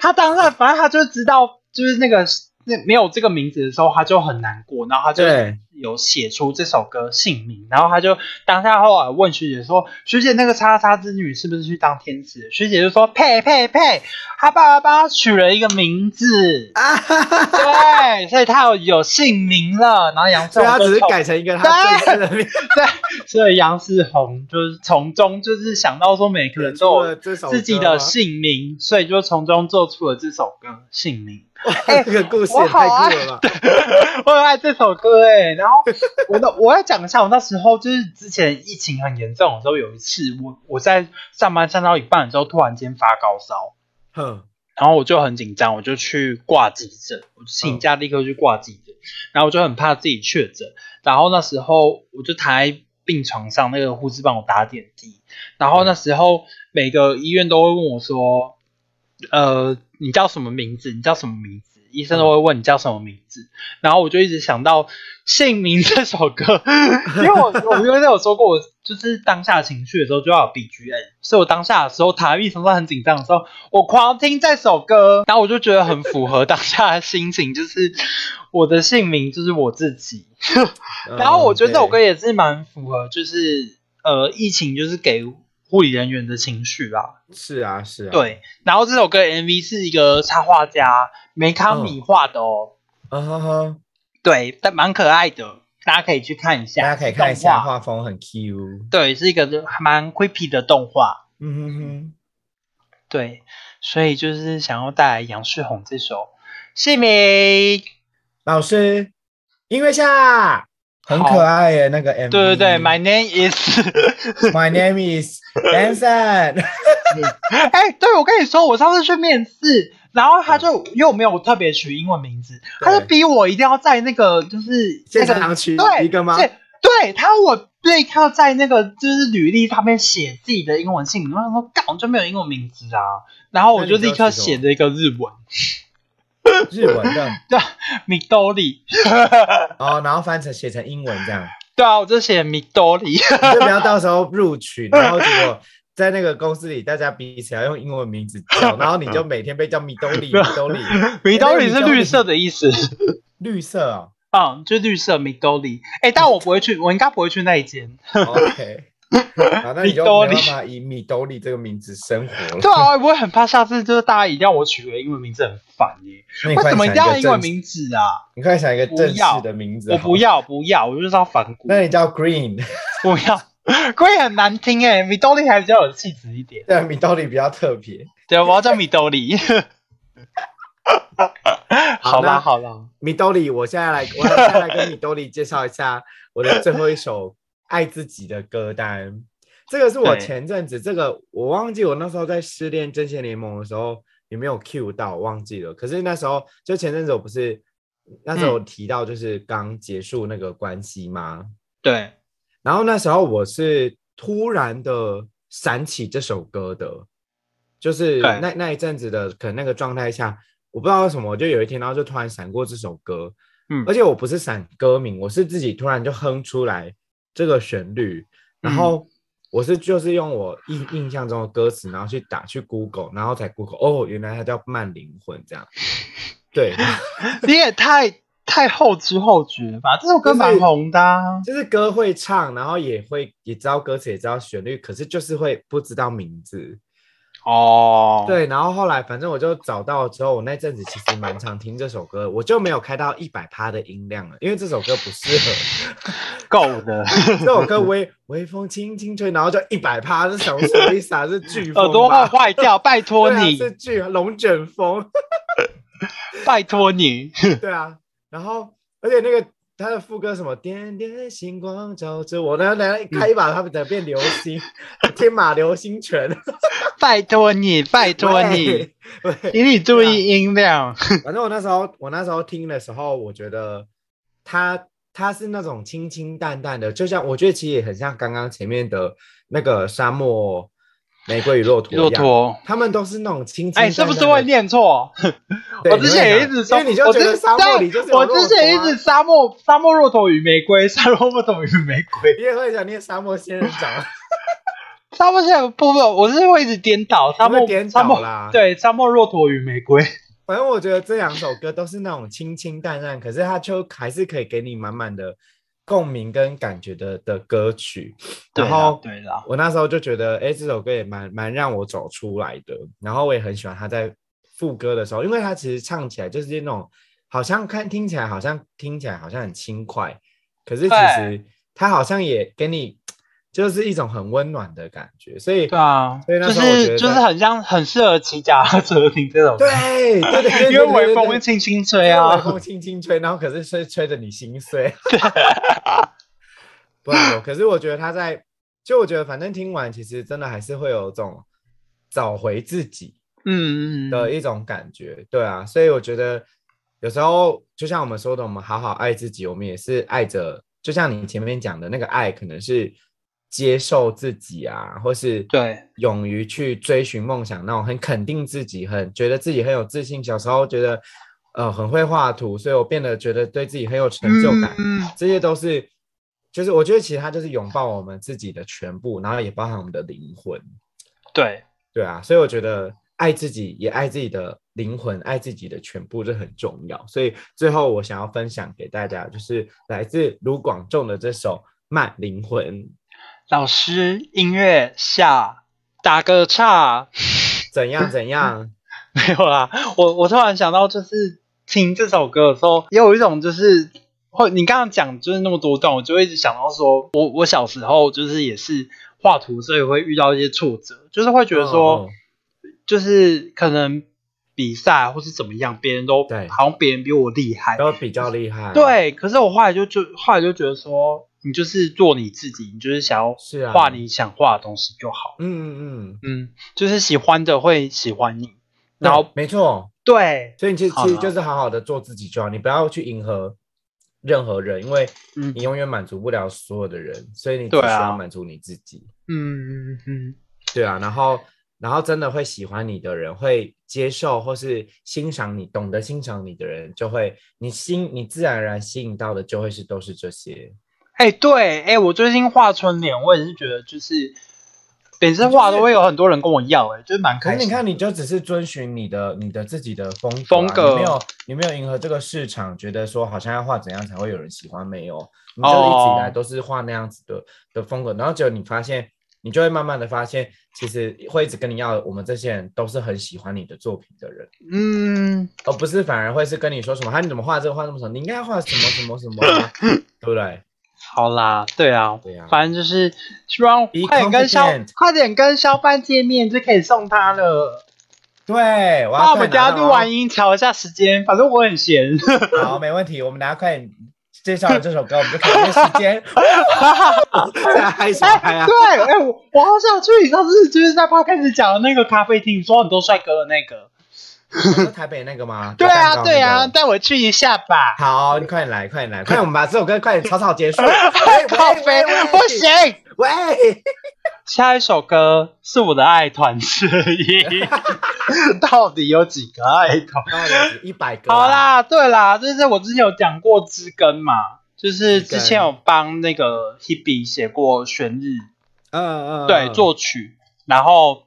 Speaker 1: 他当时反正他就知道就是那个那没有这个名字的时候，他就很难过，然后他就
Speaker 2: 对
Speaker 1: 有写出这首歌姓名，然后他就当下后来问学姐说：“学姐，那个叉叉之女是不是去当天使？”学姐就说：“呸呸呸，他爸爸帮他取了一个名字，
Speaker 2: 啊，哈哈哈
Speaker 1: 对，所以他有有姓名了。”然后杨世
Speaker 2: 所以他
Speaker 1: 宏
Speaker 2: 啊只
Speaker 1: 就是从
Speaker 2: 改成一个他正式的名字，
Speaker 1: 对，所以杨世宏就是从中就是想到说每个人都有
Speaker 2: 这首歌吗
Speaker 1: 自己的 姓名，所以就从中做出了这首歌姓名。
Speaker 2: 哇这个故事也
Speaker 1: 哎我好
Speaker 2: 太
Speaker 1: 啊
Speaker 2: 酷了吧？
Speaker 1: 我很爱这首歌哎，然后我那我要讲一下，我那时候就是之前疫情很严重的时候，有一次我我在上班上到一半的时候，突然间发高烧，
Speaker 2: 哼，
Speaker 1: 然后我就很紧张，我就去挂急诊，我就请假立刻去挂急诊，然后我就很怕自己确诊，然后那时候我就躺在病床上，那个护士帮我打点滴，然后那时候每个医院都会问我说，呃，你叫什么名字？你叫什么名字？医生都会问你叫什么名字，然后我就一直想到《姓名》这首歌，因为我我原来有说过，我就是当下情绪的时候就要有 BGM，所以我当下的时候，塔蜜常常很紧张的时候，我狂听这首歌，然后我就觉得很符合当下的心情，就是我的姓名就是我自己。
Speaker 2: 嗯
Speaker 1: 然后我觉得这首歌
Speaker 2: 也
Speaker 1: 也是蛮符合，就是呃，疫情就是给护理人员的情绪啦。
Speaker 2: 是啊是啊，，
Speaker 1: 对，然后这首歌的 MV 是一个插画家梅康米画的哦，
Speaker 2: 啊哈哈，
Speaker 1: 对，但蛮可爱的，大家可以去看一下，
Speaker 2: 大家可以看一下，
Speaker 1: 动画
Speaker 2: 画风很 Q，
Speaker 1: 对，是一个还蛮 creepy 的动画，
Speaker 2: 嗯哼哼，
Speaker 1: 对，所以就是想要带来杨世宏这首《姓名》，
Speaker 2: 老师，音乐下。很
Speaker 1: 好
Speaker 2: 可爱耶，那个 MV。
Speaker 1: 对对对，My name is，
Speaker 2: My name is Anson 。
Speaker 1: 哎，对，我跟你说，我上次去面试，然后他就因为我没有特别取英文名字，他就
Speaker 2: 对
Speaker 1: 逼我一定要在那个就是
Speaker 2: 现
Speaker 1: 那个
Speaker 2: 场取
Speaker 1: 对
Speaker 2: 一个吗？
Speaker 1: 对，对他我对他在那个就是履历上面写自己的英文姓名，我想说，干我就没有英文名字啊，然后我就立刻写了一个日文，
Speaker 2: 日文的
Speaker 1: 对，米兜里，
Speaker 2: 哦，然后翻成写成英文这样，
Speaker 1: 对啊，我就写米兜里，
Speaker 2: 你就不要到时候录取，然后结果在那个公司里，大家彼此要用英文名字 叫，然后你就每天被叫米兜里，米兜里，
Speaker 1: 米兜
Speaker 2: 哎
Speaker 1: 里是绿色的意思，
Speaker 2: 绿色 哦。
Speaker 1: 嗯，就绿色米兜里，哎，但我不会去，我应该不会去那一 间，
Speaker 2: OK，好，那你就
Speaker 1: 米兜
Speaker 2: 没
Speaker 1: 里
Speaker 2: 办法以米兜里这个名字生活了。
Speaker 1: 对啊，我也很怕下次就是大家一定要我取个英文名字，很烦耶，
Speaker 2: 那你
Speaker 1: 为
Speaker 2: 快
Speaker 1: 什么一
Speaker 2: 想一
Speaker 1: 定要
Speaker 2: 个
Speaker 1: 英文
Speaker 2: 正，
Speaker 1: 名字啊？
Speaker 2: 你快想一个正式的名字。
Speaker 1: 我不，要，不要，我就是要反骨，
Speaker 2: 那你叫 Green，
Speaker 1: 不要。 可以很难听哎，米兜里还是要有气质一点。
Speaker 2: 对，米兜里比较特别。
Speaker 1: 对，我要叫米兜 里。好啦
Speaker 2: 那
Speaker 1: 好啦，
Speaker 2: 米兜里，我现在来，我现在来跟米兜里介绍一下我的最后一首爱自己的歌单。这个是我
Speaker 1: 对
Speaker 2: 前阵子，这个我忘记我那时候在失恋阵线联盟的时候有没有 cue 到，我忘记了。可是那时候就前阵子我不是那时候有提到就是刚结束那个关系吗？
Speaker 1: 对，
Speaker 2: 然后那时候我是突然的闪起这首歌的，就是
Speaker 1: 对
Speaker 2: 那那一阵子的可能那个状态下，我不知道为什么，就有一天，然后就突然闪过这首歌，
Speaker 1: 嗯
Speaker 2: 而且我不是闪歌名，我是自己突然就哼出来这个旋律，然后
Speaker 1: 嗯
Speaker 2: 我是就是用我印印象中的歌词，然后去打去 Google，然后才 Google，哦，原来它叫慢灵魂这样，对，
Speaker 1: 你也太太后知后觉了吧？这首歌蛮红的啊、
Speaker 2: 就是歌会唱，然后也会也知道歌词，也知道旋律，可是就是会不知道名字。
Speaker 1: 哦。，
Speaker 2: 对，然后后来反正我就找到之后，我那阵子其实蛮常听这首歌，我就没有开到一百趴的音量了，因为这首歌不适合。
Speaker 1: 够的，
Speaker 2: 这首歌微微风轻轻吹，然后就一百趴，是什么什么意思啊？是 飓
Speaker 1: 耳
Speaker 2: 风
Speaker 1: 朵会
Speaker 2: 吧？
Speaker 1: 坏掉，拜托
Speaker 2: 对啊，
Speaker 1: 你，
Speaker 2: 是飓龙卷风。
Speaker 1: 拜托你。
Speaker 2: 对啊，然后而且那个他的副歌什么点点星光照着我，然后来开一把，他们在变流 星，天马流星拳。
Speaker 1: 拜托你，拜托你，
Speaker 2: 喂，喂
Speaker 1: 请你注意音量。
Speaker 2: 反正我那时候，我那时候听的时候，我觉得他他是那种清清淡淡的，就像我觉得其实也很像刚刚前面的那个沙漠玫瑰与骆驼一样，
Speaker 1: 骆驼，
Speaker 2: 他们都是那种清清淡
Speaker 1: 哎，
Speaker 2: 淡
Speaker 1: 是
Speaker 2: 的。
Speaker 1: 不是会念错？
Speaker 2: 对
Speaker 1: 我之前也一
Speaker 2: 你会
Speaker 1: 直
Speaker 2: 想
Speaker 1: 说，
Speaker 2: 因为你就
Speaker 1: 我
Speaker 2: 觉
Speaker 1: 之
Speaker 2: 得沙漠里就是有
Speaker 1: 我
Speaker 2: 骆
Speaker 1: 之
Speaker 2: 驼
Speaker 1: 前一
Speaker 2: 啊
Speaker 1: 直沙漠沙漠骆驼与玫瑰， 沙漠不同与玫瑰。
Speaker 2: 你也会想念沙漠仙人掌啊，
Speaker 1: 沙漠现在不不，我是会一直颠倒沙
Speaker 2: 你
Speaker 1: 漠
Speaker 2: 会颠
Speaker 1: 沙
Speaker 2: 倒
Speaker 1: 漠
Speaker 2: 啦。，
Speaker 1: 对沙漠骆驼与玫瑰。
Speaker 2: 反正我觉得这两首歌都是那种清清淡淡，可是它就还是可以给你满满的共鸣跟感觉的的歌曲。
Speaker 1: 对
Speaker 2: 然
Speaker 1: 啦
Speaker 2: 后
Speaker 1: 对啦，
Speaker 2: 我那时候就觉得，哎，这首歌也蛮蛮让我走出来的。然后我也很喜欢他在副歌的时候，因为他其实唱起来就是那种好像看听起来好像听起来好像很轻快，可是其实他好像也给你就是一种很温暖的感觉。所以
Speaker 1: 对啊，
Speaker 2: 所以那
Speaker 1: 就
Speaker 2: 时候我觉
Speaker 1: 是
Speaker 2: 得
Speaker 1: 就是很像很适合骑脚踏车听这首歌，
Speaker 2: 对对对对对，
Speaker 1: 因为微
Speaker 2: 对
Speaker 1: 风
Speaker 2: 对
Speaker 1: 会轻轻吹
Speaker 2: 就是微
Speaker 1: 啊。
Speaker 2: 风轻轻吹，然后可是吹吹着你心碎。 不然我，可是我觉得他在，就我觉得反正听完，其实真的还是会有种找回自己
Speaker 1: 嗯嗯，
Speaker 2: 的一种感觉，对啊，所以我觉得有时候就像我们说的，我们好好爱自己，我们也是爱着，就像你前面讲的那个爱，可能是接受自己啊，或是
Speaker 1: 对
Speaker 2: 勇于去追寻梦想那种，很肯定自己，很觉得自己很有自信。小时候觉得呃很会画图，所以我变得觉得对自己很有成就感，
Speaker 1: 嗯，
Speaker 2: 这些都是。就是我觉得其实它就是拥抱我们自己的全部，然后也包含我们的灵魂。
Speaker 1: 对，
Speaker 2: 对啊，所以我觉得爱自己，也爱自己的灵魂，爱自己的全部，这很重要。所以最后我想要分享给大家，就是来自卢广仲的这首《慢灵魂》，
Speaker 1: 老师音乐下打个岔，
Speaker 2: 怎样怎样？
Speaker 1: 没有啦，我我突然想到，就是听这首歌的时候，也有一种就是会，你刚刚讲就是那么多段，我就会一直想到说，我我小时候就是也是画图，所以会遇到一些挫折，就是会觉得说，
Speaker 2: 嗯
Speaker 1: 就是可能比赛或是怎么样，别人都
Speaker 2: 对
Speaker 1: 好像别人比我厉害，
Speaker 2: 都比较厉害。，
Speaker 1: 对，可是我后来就就后来就觉得说，你就是做你自己，你就是想要
Speaker 2: 是啊
Speaker 1: 画你想画的东西就好，
Speaker 2: 嗯嗯嗯，
Speaker 1: 嗯，就是喜欢的会喜欢你，然
Speaker 2: 对
Speaker 1: 后
Speaker 2: 没错。
Speaker 1: 对，
Speaker 2: 所以你其实
Speaker 1: 好
Speaker 2: 其
Speaker 1: 了
Speaker 2: 实就是好好的做自己就好，你不要去迎合任何人，因为
Speaker 1: 嗯
Speaker 2: 你永远满足不了所有的人，所以你只
Speaker 1: 对
Speaker 2: 需
Speaker 1: 啊
Speaker 2: 要满足你自己。
Speaker 1: 嗯嗯嗯，
Speaker 2: 对啊，然后然后真的会喜欢你的人，会接受或是欣赏你，懂得欣赏你的人，就会你心你自然而然吸引到的就会是都是这些。
Speaker 1: 哎、对，哎、我最近画春联，我也是觉得就是每次画都会有很多人跟我要、哎，就是蛮
Speaker 2: 可
Speaker 1: 开
Speaker 2: 是
Speaker 1: 心。
Speaker 2: 你看，你就只是遵循你的你的自己的风格啊、
Speaker 1: 风格
Speaker 2: 你没有你没有迎合这个市场，觉得说好像要画怎样才会有人喜欢，没有，你就一直以来
Speaker 1: 哦
Speaker 2: 都是画那样子的、的风格，然后只有你发现。你就会慢慢的发现，其实会一直跟你要，我们这些人都是很喜欢你的作品的人。
Speaker 1: 嗯，
Speaker 2: 而不是反而会是跟你说什么，啊，你怎么画这个画那么丑，你应该画什么什么什么 啊、对不对？
Speaker 1: 好啦，对啊，
Speaker 2: 对啊
Speaker 1: 反正就是希望
Speaker 2: Be
Speaker 1: 快点跟肖
Speaker 2: confident
Speaker 1: 快点跟肖范见面就可以送他了。
Speaker 2: 对，我要
Speaker 1: 那我
Speaker 2: 快
Speaker 1: 们等下
Speaker 2: 拿到
Speaker 1: 录
Speaker 2: 哦
Speaker 1: 完音调一下时间，反正我很闲。
Speaker 2: 好，没问题，我们等下快点介绍了这首歌，我们就可以约时间。 在嗨什么嗨 啊？
Speaker 1: 对， 哎、我我好想去你上次就是在 podcast 讲的那个咖啡厅，说很多帅哥的那个。
Speaker 2: 你说台北那个吗？
Speaker 1: 对
Speaker 2: 有蛋
Speaker 1: 啊，
Speaker 2: 糕
Speaker 1: 对
Speaker 2: 那
Speaker 1: 啊，
Speaker 2: 个。
Speaker 1: 带我去一下 吧。
Speaker 2: 好，你快点来，快点来，快点，我们把这首歌快点草草 结束。喂
Speaker 1: 靠背不，行。
Speaker 2: 喂喂喂，
Speaker 1: 下一首歌是我的爱团之 一，到底有几个爱团？
Speaker 2: 一百个。啊
Speaker 1: 好，啦，对啊啦，就是我之前有讲过知根嘛，就是
Speaker 2: 知根
Speaker 1: 之前有帮那个 Hebe 写过旋律，
Speaker 2: 嗯嗯，嗯
Speaker 1: 对，作曲，然后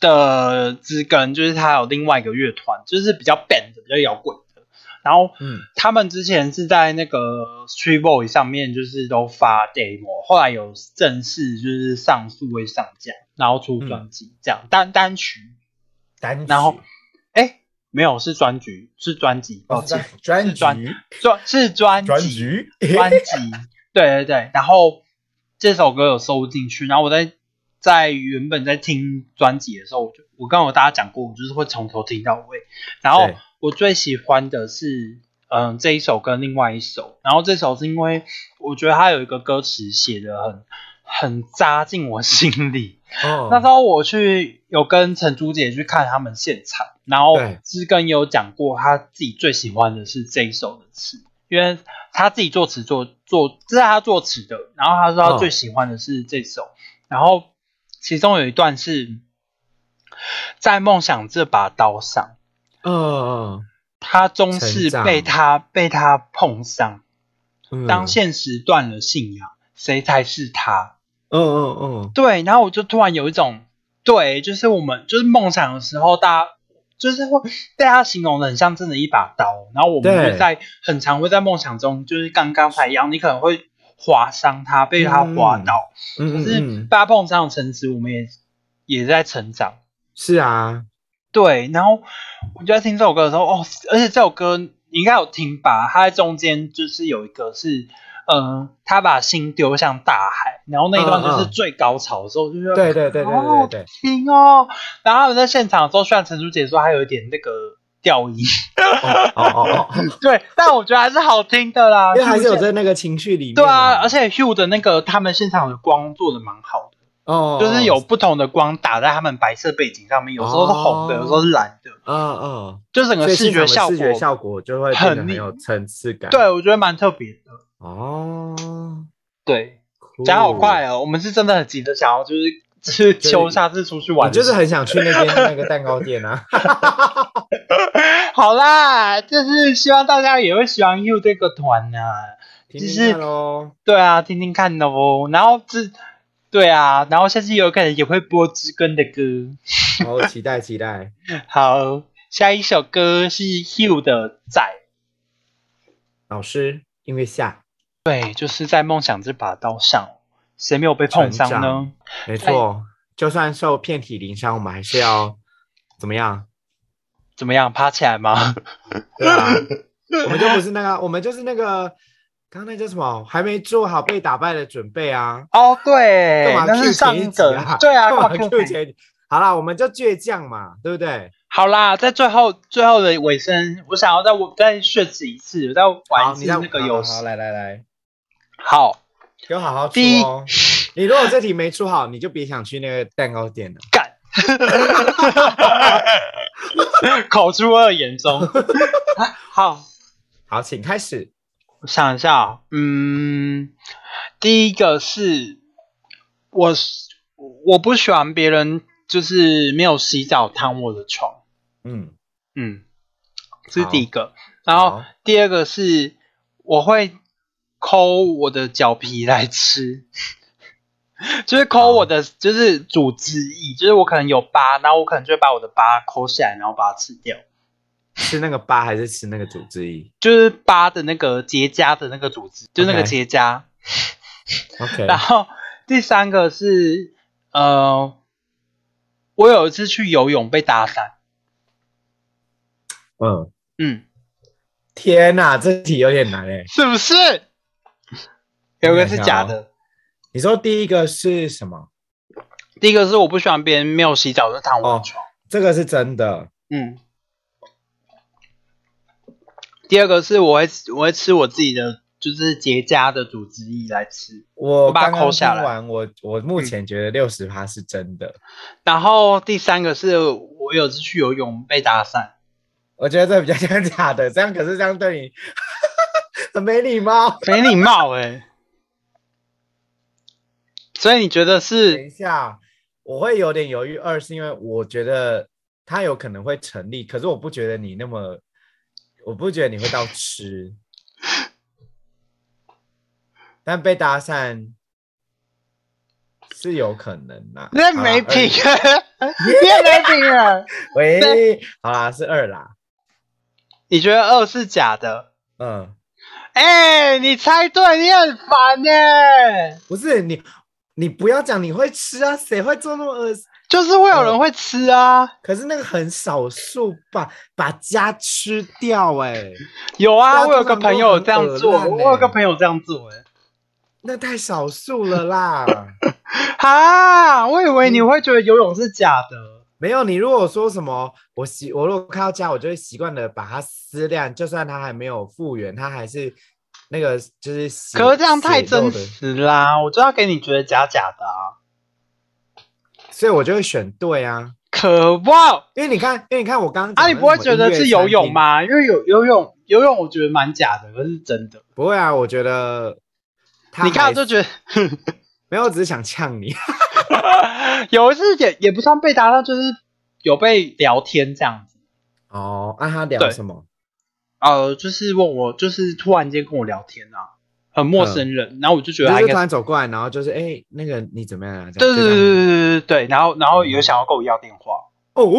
Speaker 1: 的知根就是他有另外一个乐团，就是比较 band 的比较摇滚的，然后
Speaker 2: 嗯
Speaker 1: 他们之前是在那个 Street Boy 上面就是都发 demo，后来有正式就是上数位上架，然后出专辑这样、单单曲，
Speaker 2: 单曲，
Speaker 1: 然后哎没有是专辑是专辑，抱
Speaker 2: 哦
Speaker 1: 歉，
Speaker 2: 专
Speaker 1: 是专
Speaker 2: 辑
Speaker 1: 专是专
Speaker 2: 专
Speaker 1: 辑
Speaker 2: 辑，
Speaker 1: 专辑， 对对对，然后这首歌有收进去，然后我在在原本在听专辑的时候，我就我刚刚有大家讲过，我就是会从头听到尾，然后
Speaker 2: 对
Speaker 1: 我最喜欢的是嗯这一首跟另外一首，然后这首是因为我觉得它有一个歌词写的很很扎进我心里。
Speaker 2: 哦
Speaker 1: 那时候我去有跟陈珠姐去看他们现场，然后
Speaker 2: 对
Speaker 1: 知根有讲过他自己最喜欢的是这一首的词，因为他自己作词作作这是他作词的，然后他说他
Speaker 2: 嗯
Speaker 1: 最喜欢的是这首，然后其中有一段是在梦想这把刀上，
Speaker 2: 嗯
Speaker 1: 他终是
Speaker 2: 成长
Speaker 1: 被他被他碰伤，
Speaker 2: 嗯，
Speaker 1: 当现实断了信仰，谁才是他？
Speaker 2: 嗯嗯嗯
Speaker 1: 对，然后我就突然有一种，对，就是我们就是梦想的时候，大家就是会被他形容的很像真的一把刀，然后我们
Speaker 2: 对
Speaker 1: 会在很常会在梦想中，就是刚刚才一样，你可能会划伤他，被他划到，
Speaker 2: 嗯
Speaker 1: 可
Speaker 2: 嗯
Speaker 1: 是
Speaker 2: 嗯，
Speaker 1: 被他碰伤的诚实，我们也也在成长。
Speaker 2: 是啊，
Speaker 1: 对，然后我就在听这首歌的时候，哦，而且这首歌你应该有听吧？它在中间就是有一个是，嗯、他把心丢向大海，然后那一段就是
Speaker 2: 嗯嗯
Speaker 1: 最高潮的时候，我就觉得
Speaker 2: 对对对对对对对，
Speaker 1: 听哦。然后他们在现场的时候，虽然陈淑姐说还有一点那个调音，
Speaker 2: 哦哦哦，
Speaker 1: 对，但我觉得还是好听的啦，
Speaker 2: 因为还是有
Speaker 1: 啊就是
Speaker 2: 在那个情绪里面，
Speaker 1: 对啊，而且 Hugh 的那个他们现场的光做的蛮好的，
Speaker 2: 哦，
Speaker 1: 就是有不同的光打在他们白色背景上面，有时候是红的，
Speaker 2: 哦
Speaker 1: 有时候是蓝的，
Speaker 2: 嗯嗯，
Speaker 1: 就整
Speaker 2: 所
Speaker 1: 个
Speaker 2: 以
Speaker 1: 视
Speaker 2: 现
Speaker 1: 觉效
Speaker 2: 场的视
Speaker 1: 果，
Speaker 2: 觉效果就会变得
Speaker 1: 很
Speaker 2: 很
Speaker 1: 厉
Speaker 2: 有层次感，
Speaker 1: 对我觉得蛮特别的。
Speaker 2: 哦，
Speaker 1: 对，
Speaker 2: 酷
Speaker 1: 讲好快哦，我们是真的很急着想要就是就是
Speaker 2: 就是
Speaker 1: 求下次出去
Speaker 2: 我
Speaker 1: 玩，
Speaker 2: 就是很想去 那边那个蛋糕店啊，
Speaker 1: 好啦，就是希望大家也会喜欢 Hugh 这个团呐、
Speaker 2: 听
Speaker 1: 就
Speaker 2: 听
Speaker 1: 是
Speaker 2: 看咯
Speaker 1: 对啊，听听看哦。然后这，对啊，然后下次有可能也会播知根的歌。
Speaker 2: 好期待期待，
Speaker 1: 好，下一首歌是 Hugh 的《在
Speaker 2: 老师音乐下，》，
Speaker 1: 对，就是在梦想这把刀上，谁没有被碰伤
Speaker 2: 成
Speaker 1: 呢
Speaker 2: 长？没错，
Speaker 1: 哎
Speaker 2: 就算受遍体鳞伤，我们还是要怎么样？
Speaker 1: 怎么样，趴起来吗？
Speaker 2: 对啊，我们就不是那个，我们就是那个，刚刚那叫什么？还没做好被打败的准备啊！
Speaker 1: 哦，对
Speaker 2: 干，嘛
Speaker 1: 那是
Speaker 2: Q
Speaker 1: 上
Speaker 2: 前一
Speaker 1: 一
Speaker 2: 集
Speaker 1: 个
Speaker 2: 啊？，
Speaker 1: 对啊，
Speaker 2: 干嘛
Speaker 1: Q
Speaker 2: Q
Speaker 1: 前
Speaker 2: 前一集？好啦，我们就倔强嘛，对不对？
Speaker 1: 好啦，在最后最后的尾声，我想要再我再设置一次，我再玩
Speaker 2: 好，
Speaker 1: 一
Speaker 2: 你
Speaker 1: 次
Speaker 2: 再
Speaker 1: 那个
Speaker 2: 好
Speaker 1: 游
Speaker 2: 好好
Speaker 1: 戏。
Speaker 2: 来来来，
Speaker 1: 好，
Speaker 2: 给我好好出
Speaker 1: 第一
Speaker 2: 哦。你如果这题没出好，你就别想去那个蛋糕店了。
Speaker 1: 干， 口出恶言 中。好，
Speaker 2: 好，请开始。
Speaker 1: 我想一下哦，嗯，第一个是我是我不喜欢别人就是没有洗澡躺我的床，
Speaker 2: 嗯，
Speaker 1: 嗯，这是
Speaker 2: 好
Speaker 1: 第一个。然后
Speaker 2: 好
Speaker 1: 第二个是我会抠我的脚皮来吃。就是抠我的，就是组织意，就是我可能有疤，然后我可能就会把我的疤抠下来，然后把它吃掉。
Speaker 2: 吃那个疤还是吃那个组织 衣
Speaker 1: 就是疤的那个结痂的那个组织，就是那个
Speaker 2: OK
Speaker 1: 结痂。
Speaker 2: ？OK，
Speaker 1: 然后第三个是呃，我有一次去游泳被打散，
Speaker 2: 嗯，
Speaker 1: 嗯，
Speaker 2: 天哪，这题有点难哎。
Speaker 1: 是不是？有一哦个是假
Speaker 2: 我想
Speaker 1: 的，
Speaker 2: 你说第一个是什么？
Speaker 1: 第一个是我不喜欢别人没有洗澡就躺我的床，
Speaker 2: 这个是真的。
Speaker 1: 嗯。第二个是我会我会吃我自己的就是结痂的组织液来吃，
Speaker 2: 我
Speaker 1: 把它
Speaker 2: 刚刚
Speaker 1: 抠下
Speaker 2: 听
Speaker 1: 来
Speaker 2: 完，我我目前觉得六十趴是真的，
Speaker 1: 然后第三个是我有一次去游泳被打散，
Speaker 2: 我觉得这比较像假的。这样可是这样对你 很没礼貌。
Speaker 1: 没礼貌哎、所以你觉得
Speaker 2: 等
Speaker 1: 是
Speaker 2: 一下，我会有点犹豫。二是因为我觉得它有可能会成立，可是我不觉得你那么，我不觉得你会到吃。但被搭讪是有可能啦。
Speaker 1: 你也
Speaker 2: 好啦
Speaker 1: 没
Speaker 2: 二
Speaker 1: 品， 你也没品啊！
Speaker 2: 喂，好啦，是二啦。
Speaker 1: 你觉得二是假的？
Speaker 2: 嗯，
Speaker 1: 哎、你猜对，你很烦呢、欸
Speaker 2: 不是你，你不要讲你会吃啊，谁会做那么恶心？
Speaker 1: 就是会有人会吃啊，
Speaker 2: 可是那个很少数吧，把家吃掉哎、
Speaker 1: 有啊，
Speaker 2: 对啊
Speaker 1: 我有个朋友这样做，
Speaker 2: 通常都很恶烂欸
Speaker 1: 我有个朋友这样做、欸，
Speaker 2: 那太少数了啦。欸
Speaker 1: 哈，我以为你会觉得游泳是假的，
Speaker 2: 没有，你如果说什么，我习我如果看到家，我就会习惯的把它撕烂，就算它还没有复原，它还是那个就是血。
Speaker 1: 可是这样太
Speaker 2: 血
Speaker 1: 真
Speaker 2: 肉的
Speaker 1: 实啦，我就要给你觉得假假的啊，
Speaker 2: 所以我就会选对啊，
Speaker 1: 可望
Speaker 2: 因为你看，因为你看我刚刚
Speaker 1: 啊，你不会觉得是游泳
Speaker 2: 吗？
Speaker 1: 吗？因为有游泳，游泳我觉得蛮假的，可是真的，
Speaker 2: 不会啊，我觉得他
Speaker 1: 你看
Speaker 2: 还
Speaker 1: 我就觉得。
Speaker 2: 没有，我只是想呛你。
Speaker 1: 有一次也也不算被搭到，就是有被聊天这样子。
Speaker 2: 哦，那、他聊
Speaker 1: 对
Speaker 2: 什么？
Speaker 1: 呃，就是问我，就是突然间跟我聊天啊，很陌生
Speaker 2: 嗯
Speaker 1: 人，然后我就觉
Speaker 2: 就
Speaker 1: 得他
Speaker 2: 是
Speaker 1: 应
Speaker 2: 突
Speaker 1: 该是
Speaker 2: 然走过来，然后就是哎、那个你怎么样啊？这
Speaker 1: 对
Speaker 2: 样
Speaker 1: 对对对对对对，然后然后有想要跟我要电话，
Speaker 2: 对对哦，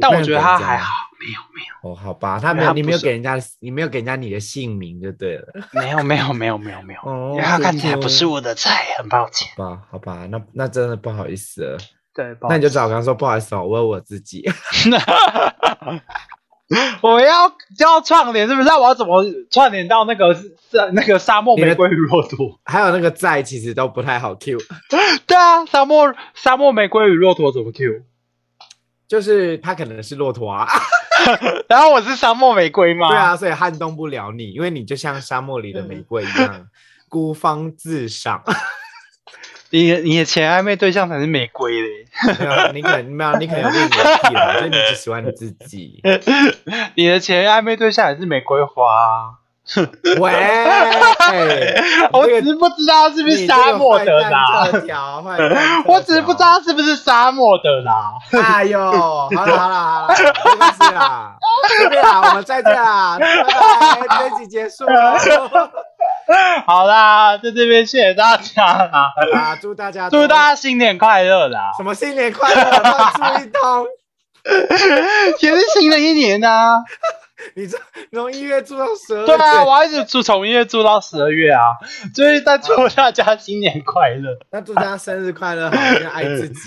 Speaker 1: 但我觉得他
Speaker 2: 那个
Speaker 1: 还好，没有没
Speaker 2: 哦，好吧，他
Speaker 1: 因
Speaker 2: 没
Speaker 1: 为
Speaker 2: 有，
Speaker 1: 他
Speaker 2: 你没有
Speaker 1: 不是
Speaker 2: 给人家，你没有给人家你的姓名就对了，
Speaker 1: 有没有没有没有没有没有，
Speaker 2: 哦
Speaker 1: 因为他看起来
Speaker 2: 真的
Speaker 1: 不是我的菜，很抱歉。
Speaker 2: 好吧，好吧，那那真的不好意思了，
Speaker 1: 对，
Speaker 2: 那你就
Speaker 1: 知道，
Speaker 2: 找我刚刚说不好意思哦，我有我自己，
Speaker 1: 我们要要串联是不是？那我要怎么串联到那个是那个沙漠玫瑰与骆驼？
Speaker 2: 还有那个在其实都不太好 Q，
Speaker 1: 对啊，沙漠沙漠玫瑰与骆驼怎么 Q？
Speaker 2: 就是他可能是骆驼啊，
Speaker 1: 然后我是沙漠玫瑰吗？
Speaker 2: 对，啊，所以撼动不了你，因为你就像沙漠里的玫瑰一样，孤芳自赏。
Speaker 1: 你你的前暧昧对象才是玫瑰嘞，
Speaker 2: 没有，你可能没有，你可能有点洁癖了，所以你只喜欢你自己。
Speaker 1: 你的前暧昧对象也是玫瑰花啊、
Speaker 2: 喂，
Speaker 1: 我只是不知道是不是沙漠的 啦，
Speaker 2: 你这个坏蛋这条，坏蛋这条
Speaker 1: 我只是不知。道是不是沙漠的啦。
Speaker 2: 哎呦，好了好了好了，没事啦，随便啦，我们再见啦，拜拜，这集结束了。
Speaker 1: 好啦，在这边谢谢大家啦，
Speaker 2: 啊，祝大家
Speaker 1: 祝大
Speaker 2: 家
Speaker 1: 家新年快乐啦！
Speaker 2: 什么新年快乐，乱注一通。
Speaker 1: 也是新的一年啊，
Speaker 2: 你这从一月住到十二月，
Speaker 1: 对啊，我要一直祝从一月祝到十二月啊，就是在祝大家新年快乐。
Speaker 2: 那祝大家生日快乐，好，要爱 自己。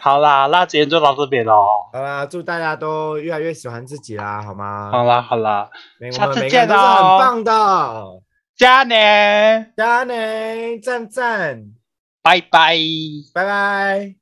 Speaker 1: 好啦，那今天就到这边喽。
Speaker 2: 好啦，祝大家都越来越喜欢自己啦，好吗？
Speaker 1: 好啦好啦，
Speaker 2: 每
Speaker 1: 下
Speaker 2: 我们
Speaker 1: 次
Speaker 2: 每个
Speaker 1: 见
Speaker 2: 人都是很
Speaker 1: 哦
Speaker 2: 棒的，
Speaker 1: 加年。
Speaker 2: 加内赞赞，
Speaker 1: 拜拜。
Speaker 2: 拜拜。